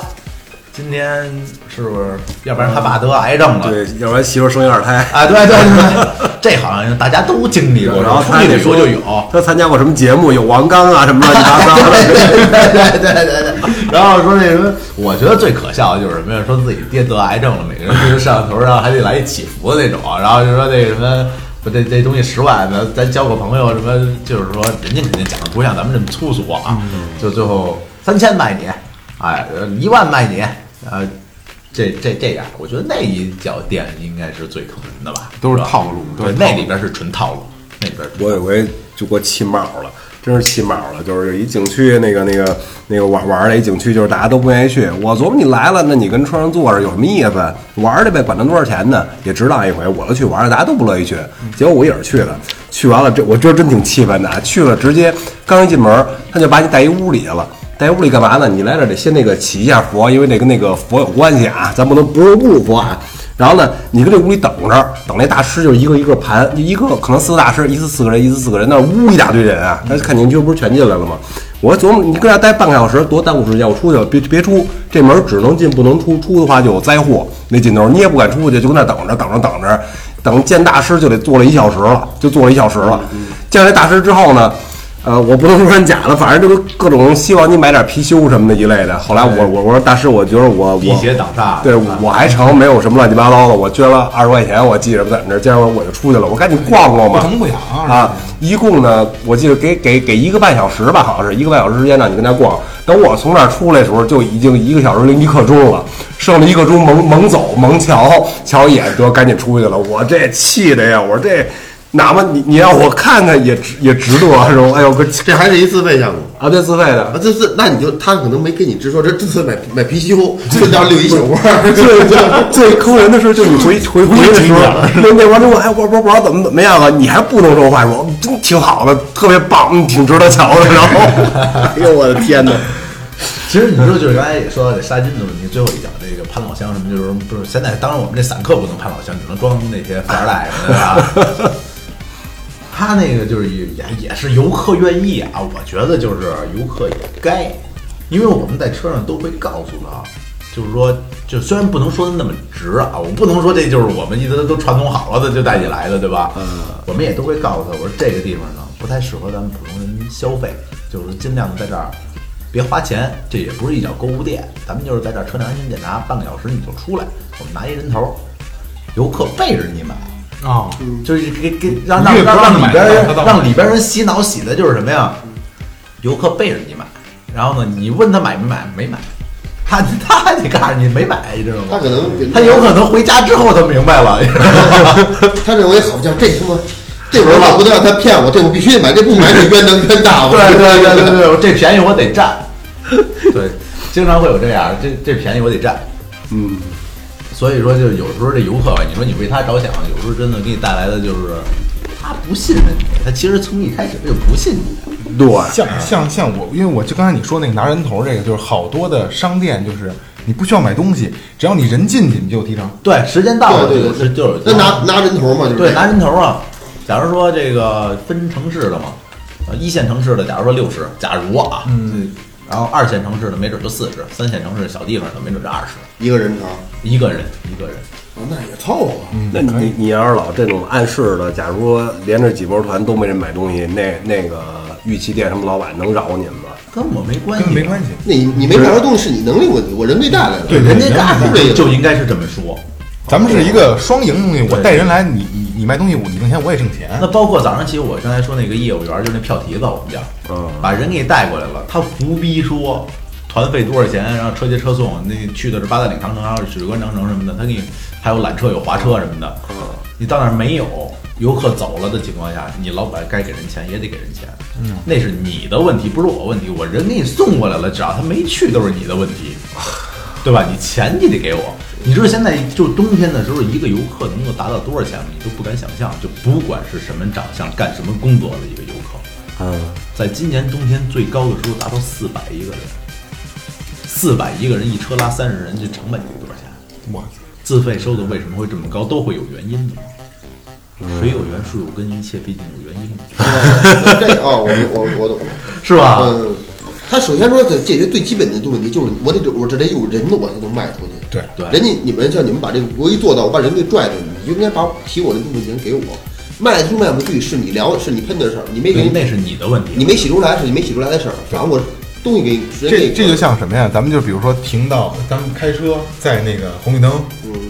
今天是不是？要不然他爸得癌症了，嗯对，要不然媳妇生一二胎，啊，对对对，这好像大家都经历过，然后出他去得旅游说就有。他参加过什么节目，有王刚啊什么乱七八糟对的。对对对对对。然后说那什么，我觉得最可笑的就是什么呀？说自己爹得癌症了，每个人对着摄像头，然后还得来一起伏的那种。然后就说那什么，不这这东西十万，咱咱交个朋友什么，就是说人家肯定讲的不像咱们这么粗俗啊。嗯就最后三千卖你，哎，呃一万卖你，呃。这这这样，我觉得那一脚店应该是最坑人的吧，都是吧套路都对，是套路那里边是纯套路，那里边 我有回就给我气冒了，真是气冒了。就是有一景区那个那个那个玩玩儿的一景区，就是大家都不愿意去。我琢磨你来了，那你跟车上坐着有什么意思？嗯玩儿去呗，管他多少钱呢？也值当一回，我就去玩儿了，大家都不乐意去。结果我也是去了，去完了，这我觉得真挺气愤的啊！去了直接刚一进门，他就把你带一屋里去了。带屋里干嘛呢？你来这儿得先那个起一下佛，因为这跟那个佛有关系啊，咱不能不入不入佛啊。然后呢，你跟这屋里等着，等那大师就一个一个盘，一个可能四个大师，一次四个人，一次四个人，那屋一大堆人啊。他看你们就不是全进来了吗？我琢磨你搁这儿待半个小时，多耽误时间，我出去了，别别出，这门只能进不能出，出的话就有灾祸。那劲头你也不敢出去，就跟那儿等着，等着等着，等见大师就得坐了一小时了，就坐了一小时了。见了大师之后呢？呃，我不能说真假的，反正就是各种希望你买点貔貅什么的一类的。后来我我我说大师，我觉得我辟我邪挡煞对我还成，没有什么乱七八糟的。我捐了二十块钱，我记着在你这，今儿我就出去了，我赶紧逛逛吧。不疼不痒啊！一共呢，我记得给给给一个半小时吧，好像是一个半小时时间让你跟那逛。等我从那儿出来的时候，就已经一个小时零一刻钟了，剩了一刻钟猛猛走猛瞧瞧一眼，得赶紧出去了。我这气的呀，我说这。哪怕你你让我看看也值也值得是吧？哎呦，哥，这还是一自费项目。啊，对，自费啊，的，这是那你就他可能没跟你直说，这这次买买貔貅，这叫六一小窝 儿，最最最坑人的是，就是你 回回回去的时候，那那完之后还玩玩玩怎么怎么样啊？你还不能说话，说真挺好的，特别棒，嗯挺值得瞧的。然后， 哎呦我的天哪！其实你说就是刚才也说到这杀金的问题，最后一讲这个潘老乡什么，就是不是现在，当然我们这散客不能潘老乡，只能装那些富二代什么的啊。他那个就是也也是游客愿意啊，我觉得就是游客也该，因为我们在车上都会告诉他，就是说，就虽然不能说的那么直啊，我不能说这就是我们一直都传统好了的就带你来的，对吧？嗯，我们也都会告诉他，我说这个地方呢不太适合咱们普通人消费，就是尽量在这儿别花钱，这也不是一小购物店，咱们就是在这儿车辆安全检查半个小时你就出来，我们拿一人头，游客背着你买，啊，就是给给让你让越不让让让他里买边他人倒买让里边人洗脑洗的就是什么呀？游客背着你买，然后呢，你问他买没买，没买，他他你告诉你没买，你知道他吗？可能他有可能回家之后他明 白了，你 知道吗？他认为好像这他妈这我老不能让他骗我，这我必须得买，这不买你冤能冤 大。我对对对对对，我这便宜我得占。对，经常会有这样，这这便宜我得占。嗯，所以说，就有时候这游客吧，你说你为他着想，有时候真的给你带来的就是他不信任你，他其实从一开始就不信你。对，像像像我，因为我就刚才你说那个拿人头这个，就是好多的商店，就是你不需要买东西，只要你人进去，你就有提成。对，时间到了对就对是对，就是那拿拿人头嘛，就是对，拿人头啊。假如说这个分城市的嘛，呃，一线城市的，假如说六十，假如啊，嗯，然后二线城市的没准就四十，三线城市小地方的没准就二十，一个人头，一个人一个人。哦那也凑合。那你你要是老这种暗示的，假如说连着几波团都没人买东西，那那个玉器店什么老板能饶你们吗？跟我没关系，啊跟没关系，那你你没拿着东西是你能力问题，我人没带来了。对，人家干是这个就应该是这么说。咱们是一个双赢东西，我带人来，你你你卖东西，我你挣钱，我也挣钱。那包括早上起我刚才说那个业务员，就那票蹄子，我们叫，嗯把人给带过来了，他胡逼说团费多少钱，然后车接车送，那去的是八达岭长城，还有水关长城什么的，他给你还有缆车有滑车什么的，你到那儿没有游客走了的情况下，你老板该给人钱也得给人钱，嗯，那是你的问题，不是我问题，我人给你送过来了，只要他没去都是你的问题。对吧？你钱你得给我。你知道现在就冬天的时候，一个游客能够达到多少钱吗？你都不敢想象。就不管是什么长相、干什么工作的一个游客，嗯，在今年冬天最高的时候达到四百一个人，四百一个人一车拉三十人，这成本得多少钱？我自费收的为什么会这么高，都会有原因的。水有源，树有根，一切毕竟有原因，这个哦，我我我懂了。是吧？啊嗯，他首先说得解决最基本的问题，就是我得我这得有人我才能卖出去。对对人家你们像你们把这个我一做到，我把人给拽出去，你就应该把提我的部分钱给我，卖出卖不去是你聊是你喷的事儿，你没给对，那是你的问题。你没洗出来是你没洗出来的事儿，反正我东西给人这给这就像什么呀？咱们就比如说停到，咱们开车在那个红绿灯，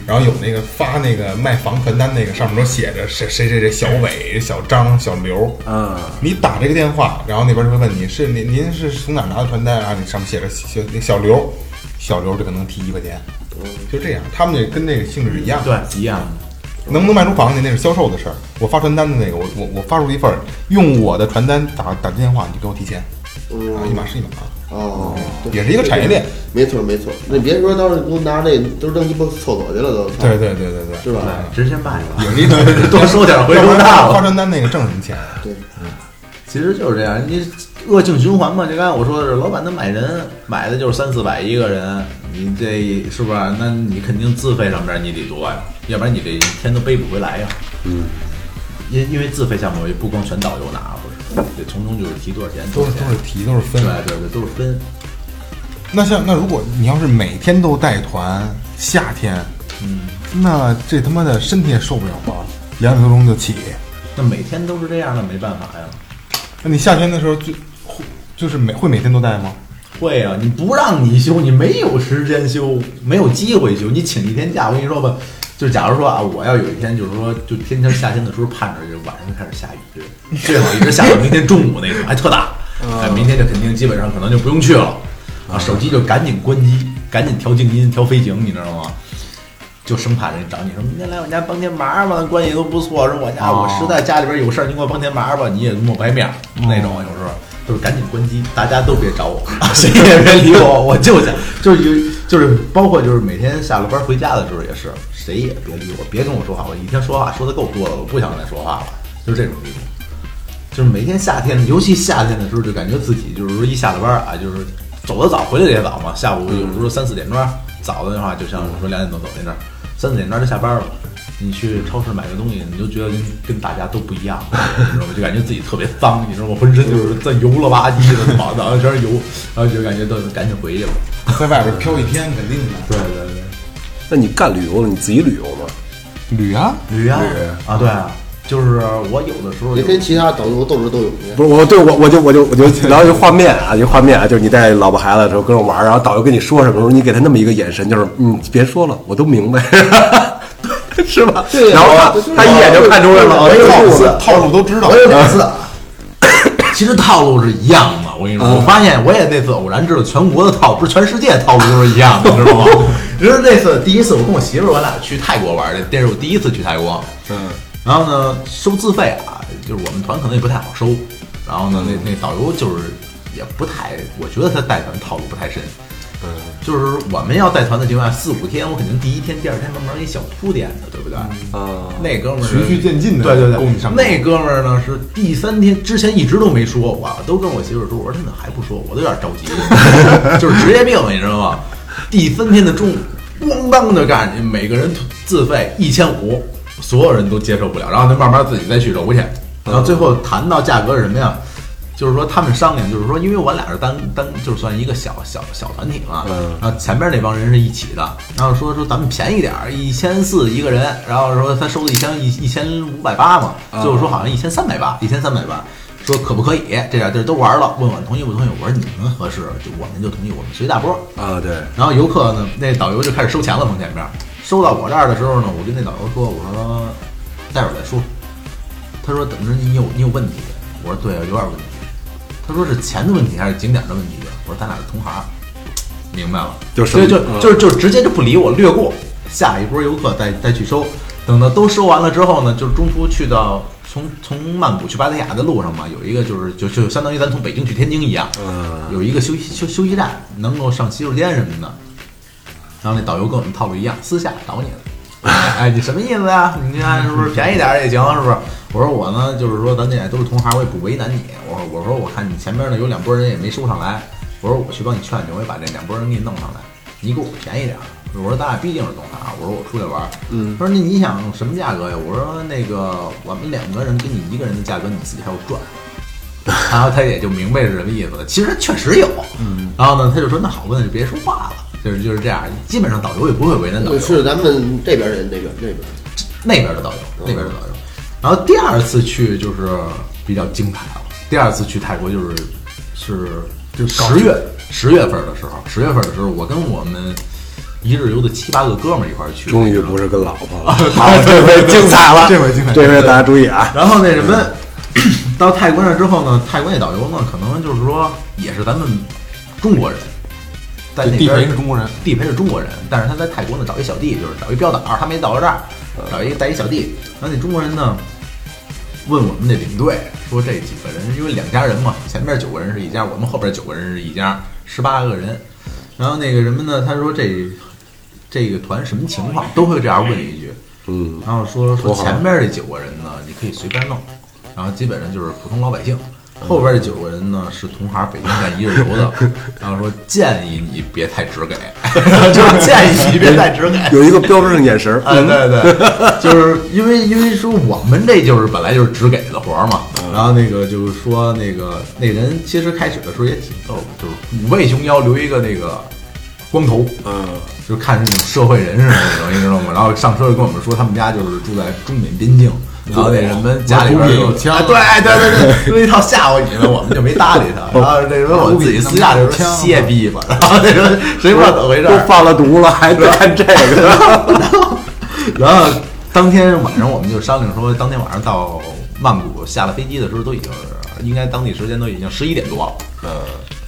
然后有那个发那个卖房传单那个，上面都写着谁谁谁谁小伟、小张、小刘。嗯，你打这个电话，然后那边就会问你是您您是从哪儿拿的传单啊？你上面写着小那小刘，小刘就可能提一块钱，就这样，他们这跟那个性质是一样的。对一样的。能不能卖出房去那是销售的事儿，我发传单的那个，我嗯我我发出一份儿，用我的传单打打电话，你就给我提钱，啊，一码是一码。嗯哦，对也是一个产业链。没错没错，那别说到时候都拿那都扔鸡巴厕所去了都，对对对对对，是吧？直接卖吧，有一个 多收点回要收不然大发了。传单那个挣什么钱？对，其实就是这样，你恶性循环嘛。就刚才我说的是，老板他买人买的就是三四百一个人，你这是不是？那你肯定自费上边你得多呀，要不然你这一天都背不回来呀。嗯，因因为自费项目也不光全导游拿，不是，得从中就是提多少钱，都多是少都是钱。提都是对分。对对，都是分。那像那如果你要是每天都带团，夏天，嗯，那这他妈的身体也受不了吧？两点多钟就起，那每天都是这样的，没办法呀。那你夏天的时候就会就是每会每天都带 吗？会啊，你不让你休，你没有时间休，没有机会休，你请一天假，我跟你说吧，就假如说啊，我要有一天就是说，就天天夏天的时候盼着就晚上就开始下雨，最好一直下到明天中午那种，还特大，哎，明天就肯定基本上可能就不用去了，啊，手机就赶紧关机，赶紧调静音，调飞行，你知道吗？就生怕人找你说明天来我家帮天忙吧，关系都不错。说我家我实在家里边有事儿，你给我帮天忙吧，你也抹白面儿那种，有时候就是赶紧关机，大家都别找我，啊谁也别理我，我就想 就是有就是包括就是每天下了班回家的时候也是，谁也别理我，别跟我说话，我一天说话说的够多了，我不想再说话了，就是这种地步。就是每天夏天，尤其夏天的时候，就感觉自己就是说一下了班儿啊，就是走得早，回来得也早嘛。下午有时候三四点钟儿，早的话就像我说两点多走那阵儿，三四点钟儿就下班了。你去超市买个东西，你就觉得跟跟大家都不一样，你知道吗？就感觉自己特别脏，你知道吗？浑身就是在油了吧唧的，脑脑袋全是油，然后就感觉都赶紧回去吧。在外边飘一天肯定的。对对对。那你干旅游了，你自己旅游吗？旅啊，旅啊啊，对啊，就是我有的时候也有跟其他导游斗智斗勇去。不是我对我我就我就我就然后就画面啊，就画面啊，就是你带老婆孩子的时候跟我玩儿，然后导游跟你说什么时候，你给他那么一个眼神，就是嗯，别说了，我都明白， 是吧？对然后他对对他一眼就看出来了，哦这对个套是我路是套路都知道我。有两次， 其实套路是一样的。我跟你嗯说，我发现我也那次偶然知道全国的套，不是全世界套路都是一 样的，你知道吗？就是那次第一次，我跟我媳妇儿我俩去泰国玩儿的，这是我第一次去泰国。嗯，然后呢，收自费啊，就是我们团可能也不太好收。然后呢，嗯那那导游就是也不太，我觉得他带团套路不太深。嗯就是我们要带团的情况下，四五天，我肯定第一天、第二天慢慢一小铺垫的，对不对？嗯啊那哥们儿循序渐进的对对对，供你上那哥们儿呢是第三天之前一直都没说，我都跟我媳妇儿说，我说他怎么还不说？我都有点着 急，就是职业病，你知道吗？第三天的中午，咣当就干，每个人自费一千五，所有人都接受不了，然后他慢慢自己再去揉去，然后最后谈到价格是什么呀？就是说他们商量，就是说，因为我俩是单单，就是算一个小小小团体嘛，嗯然后啊前边那帮人是一起的，然后说说咱们便宜点儿，一千四一个人，然后说他收的一千一一千五百八嘛，最后说好像一千三百八，一千三百八，说可不可以？这俩地儿都玩了，问我同意不同意？我说你们合适，就我们就同意，我们随大波儿。啊，对，然后游客呢，那导游就开始收钱了，从前面收到我这儿的时候呢，我跟那导游说，我说待会儿再说。他说怎么着你有你有问题？我说对啊，有点问题。他说是钱的问题还是景点的问题？我说咱俩是同行，明白了，就所以什就么嗯就就直接就不理我，略过下一波游客再再去收。等到都收完了之后呢，就是中途去到从从曼谷去芭提雅的路上嘛，有一个就是就就相当于咱从北京去天津一样，嗯有一个休息休休息站，能够上洗手间什么的。然后那导游跟我们套路一样，私下找你了。 哎，你什么意思呀、你看是不是便宜点儿也行，是不是？我说我呢，就是说咱俩都是同行，我也不为难你。我说我说我看你前边呢有两拨人也没收上来，我说我去帮你劝劝，我也把这两拨人给你弄上来，你给我便宜点儿。我说咱俩毕竟是同行，我说我出去玩，嗯，他说那你想什么价格呀？我说那个我们两个人跟你一个人的价格，你自己还要赚。然后他也就明白是什么意思了。其实确实有，嗯。然后呢，他就说：“那好吧，那就别说话了。”就是就是这样，基本上导游也不会为难导游，是咱们这边人，这边这边。那边的导游，那边的导游。然后第二次去就是比较精彩了。第二次去泰国就是是就十月十月份的时候，十月份的时候，我跟我们一日游的七八个哥们儿一块儿去，终于不是跟老婆了，好，这回精彩了，这回精彩 这回大家注意啊，然后那什么， 到泰国那之后呢，泰国那导游呢，可能就是说也是咱们中国人，在那地边陪是中国人，地陪是中国人，但是他在泰国呢找一小弟，就是找一标导，他没导游证，找一个带一小弟，然后那中国人呢。问我们那领队说这几个人，因为两家人嘛，前面九个人是一家，我们后边九个人是一家，十八个人，然后那个什么呢？他说这这个团什么情况都会这样问一句，嗯，然后说说多好前面这九个人呢，你可以随便弄，然后基本上就是普通老百姓。后边这九个人呢是同行北京站一日游 的，然后说建议你别太直给，就是建议你别太直给，有一个标志性眼神儿，哎，对对，就是因为因为说我们这就是本来就是只给的活儿嘛，嗯然后那个就是说那个那人其实开始的时候也挺逗的，就是五味熊腰留一个那个光头，嗯，就看着那种社会人似的那种，你知道 吗？然后上车就跟我们说他们家就是住在中缅边境。然后那什么家里边有枪，啊对哎对对 对，用一套吓唬你们，我们就没搭理他。然后那时候我自己私下 就说歇逼吧，然后那时候谁知道怎么回事儿，都放了毒了， 还在看这个， 然后当天晚上我们就商量说，当天晚上到曼谷下了飞机的时候，都已经应该当地时间都已经十一点多了。呃，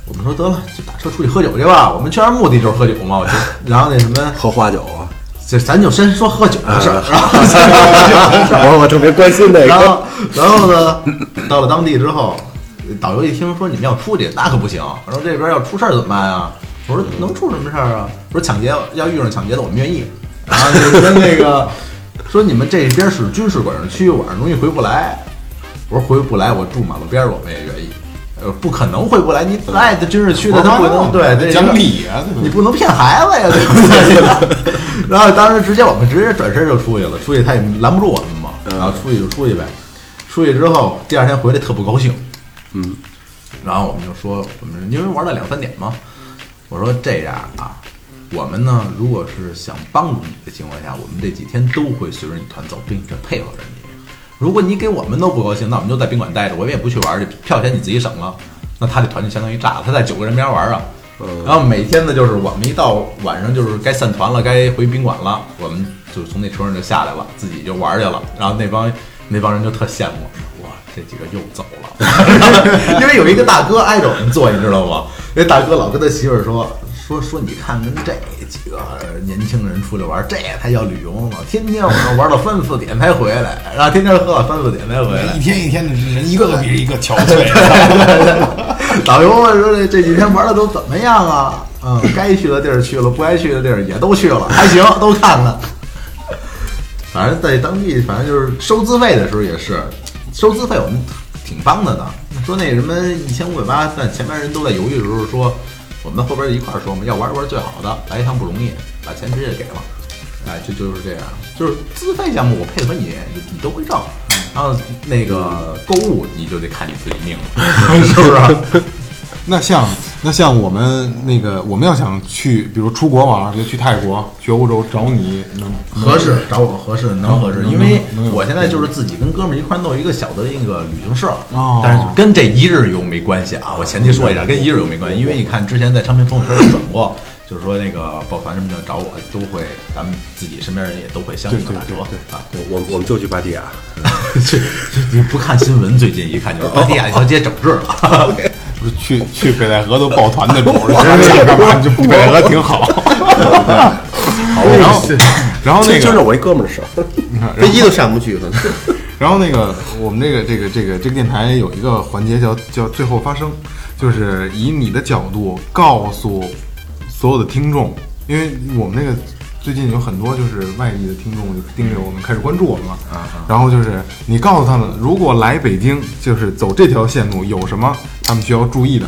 我们说得了，就打车出去喝酒去吧。我们去那儿目的就是喝酒嘛。我 就然后那什么，喝花酒啊， 就咱就先说喝酒的事儿。然后我我特别关心这 然个，后，然后呢，到了当地之后，导游一听说你们要出去，那可不行。说这边要出事儿怎么办啊？我说能出什么事儿啊？我说抢劫要遇上抢劫的，我们愿意。然后就跟那个说你们这边是军事管制区，晚上容易回不来。我说回不来，我住马路边儿，我们也愿意。呃，不可能回不来，你在的军事区的，他不能对这讲理啊，对吧你不能骗孩子呀，对不对？ 然后当时直接我们直接转身就出去了，出去他也拦不住我们嘛，嗯然后出去就出去呗。出去之后，第二天回来特不高兴，嗯，然后我们就说，我们因为玩到两三点嘛，我说这样啊，我们呢如果是想帮助你的情况下，我们这几天都会随着你团走，并且配合着你。如果你给我们都不高兴，那我们就在宾馆待着，我们也不去玩儿去，票钱你自己省了。那他这团就相当于炸了，他在九个人边玩儿啊。然后每天呢，就是我们一到晚上，就是该散团了，该回宾馆了，我们就从那车上就下来了，自己就玩儿去了。然后那帮那帮人就特羡慕，哇，这几个又走 了，因为有一个大哥挨着我们坐，你知道吗？那大哥老跟他媳妇儿说。说说你看跟这几个年轻人出去玩，这才叫旅游呢！天天晚上玩到三四点才回来，然后天天喝到三四点才回来一。天一天的人一个个比一个憔悴。 导游问说这这几天玩的都怎么样啊？嗯，该去的地儿去了，不该去的地儿也都去了，还行，都看看。反正在当地，反正就是收自费的时候也是，收资费我们挺帮的呢。说那什么一千五百八，但前面人都在犹豫的时候说，我们后边一块儿说，我们要玩一玩最好的，来一趟不容易，把钱直接给了。哎，这就是这样，就是自费项目我配合你，你你都会挣。然后那个购物你就得看你自己命了， 是啊不是？ 那像那像我们那个，我们要想去，比如出国玩，就去泰国、去欧洲，找你能合适，找我合适，能合适，能因为能有我现在就是自己跟哥们儿一块儿弄一个小的那个旅行社，哦但是跟这一日游没关系啊。我前提说一下，跟一日游没关系，因为你看之前在昌平朋友圈也转过，就是说那个抱团什么的找我都会，咱们自己身边人也都会相应的打折啊。 我我们就去啊芭提雅，这你不看新闻，最近一看哦就是芭哎提雅这条街整治了。不是去去北戴河都抱团 那种，人家想干嘛就北戴河挺好。然后然后那就个是我一哥们儿的事儿，飞机都上不去了。然后那个我们这个这个这个这个电台有一个环节叫叫最后发声，就是以你的角度告诉所有的听众，因为我们那个最近有很多就是外地的听众就盯着我们开始关注我们了，然后就是你告诉他们，如果来北京就是走这条线路有什么他们需要注意的，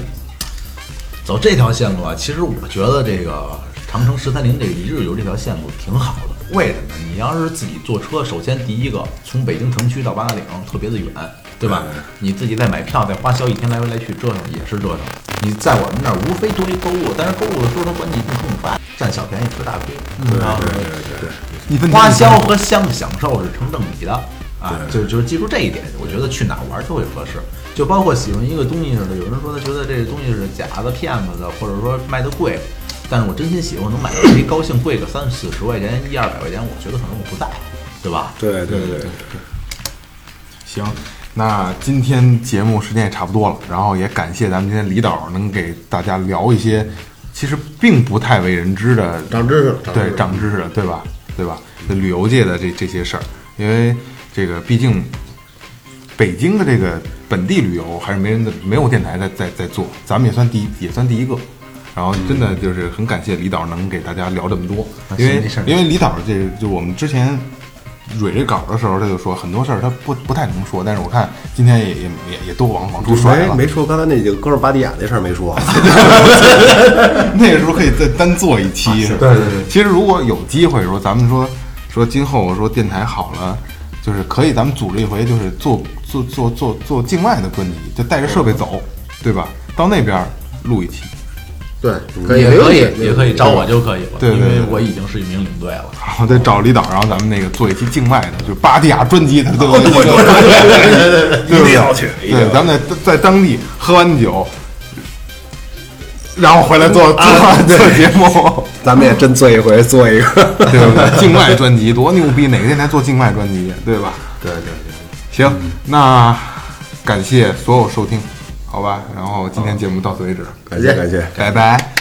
走这条线路啊，其实我觉得这个长城十三陵这个一日游这条线路挺好的。为什么？你要是自己坐车，首先第一个，从北京城区到八达岭特别的远，对吧？你自己再买票，再花销一天来回来去折腾也是折腾。你在我们那儿无非图一购物，但是购物的时候它管你一通发，占小便宜吃大亏，嗯啊对对对对对。一分钱花一分销和享享受是成正比的啊，就就是记住这一点，我觉得去哪玩都会合适。就包括喜欢一个东西似的，有人说他觉得这个东西是假的、骗子的，或者说卖的贵，但是我真心喜欢，能买得起，高兴贵个三四十块钱、一二百块钱，我觉得可能我不在，对吧？对对对，行，那今天节目时间也差不多了，然后也感谢咱们今天李导能给大家聊一些其实并不太为人知的长知识了长知识对了长知识了，对吧？对吧？就旅游界的这这些事儿，因为这个毕竟北京的这个本地旅游还是没人的，没有电台在在在做，咱们也算第一，也算第一个，然后真的就是很感谢李导能给大家聊这么多，因啊行为没事儿因为李导这个就我们之前蕊这稿的时候，他就说很多事儿他不不太能说，但是我看今天也也也也都往往出甩了没，没说刚才那个哥们儿巴蒂亚那事儿没说，那个时候可以再单做一期。对对对其实如果有机会说，咱们说说今后说电台好了，就是可以咱们组织一回，就是做做做做做境外的专辑，就带着设备走，对吧？到那边儿录一期。对，也没可问以题也也可以找我就可以了，对对对因为我已经是一名领队了。然后再找李导，然后咱们那个做一期境外的，就是巴蒂亚专辑的，对吧？对对对，一定要去，对，咱们在在当地喝完酒，然后回来做做做节目，咱们也真做一回做一个。 对不对？ 境外专辑多牛逼，哪个电台做境外专辑，对吧？对对对，行，那感谢所有收听，好吧？然后今天节目到此为止，感谢感谢。拜拜。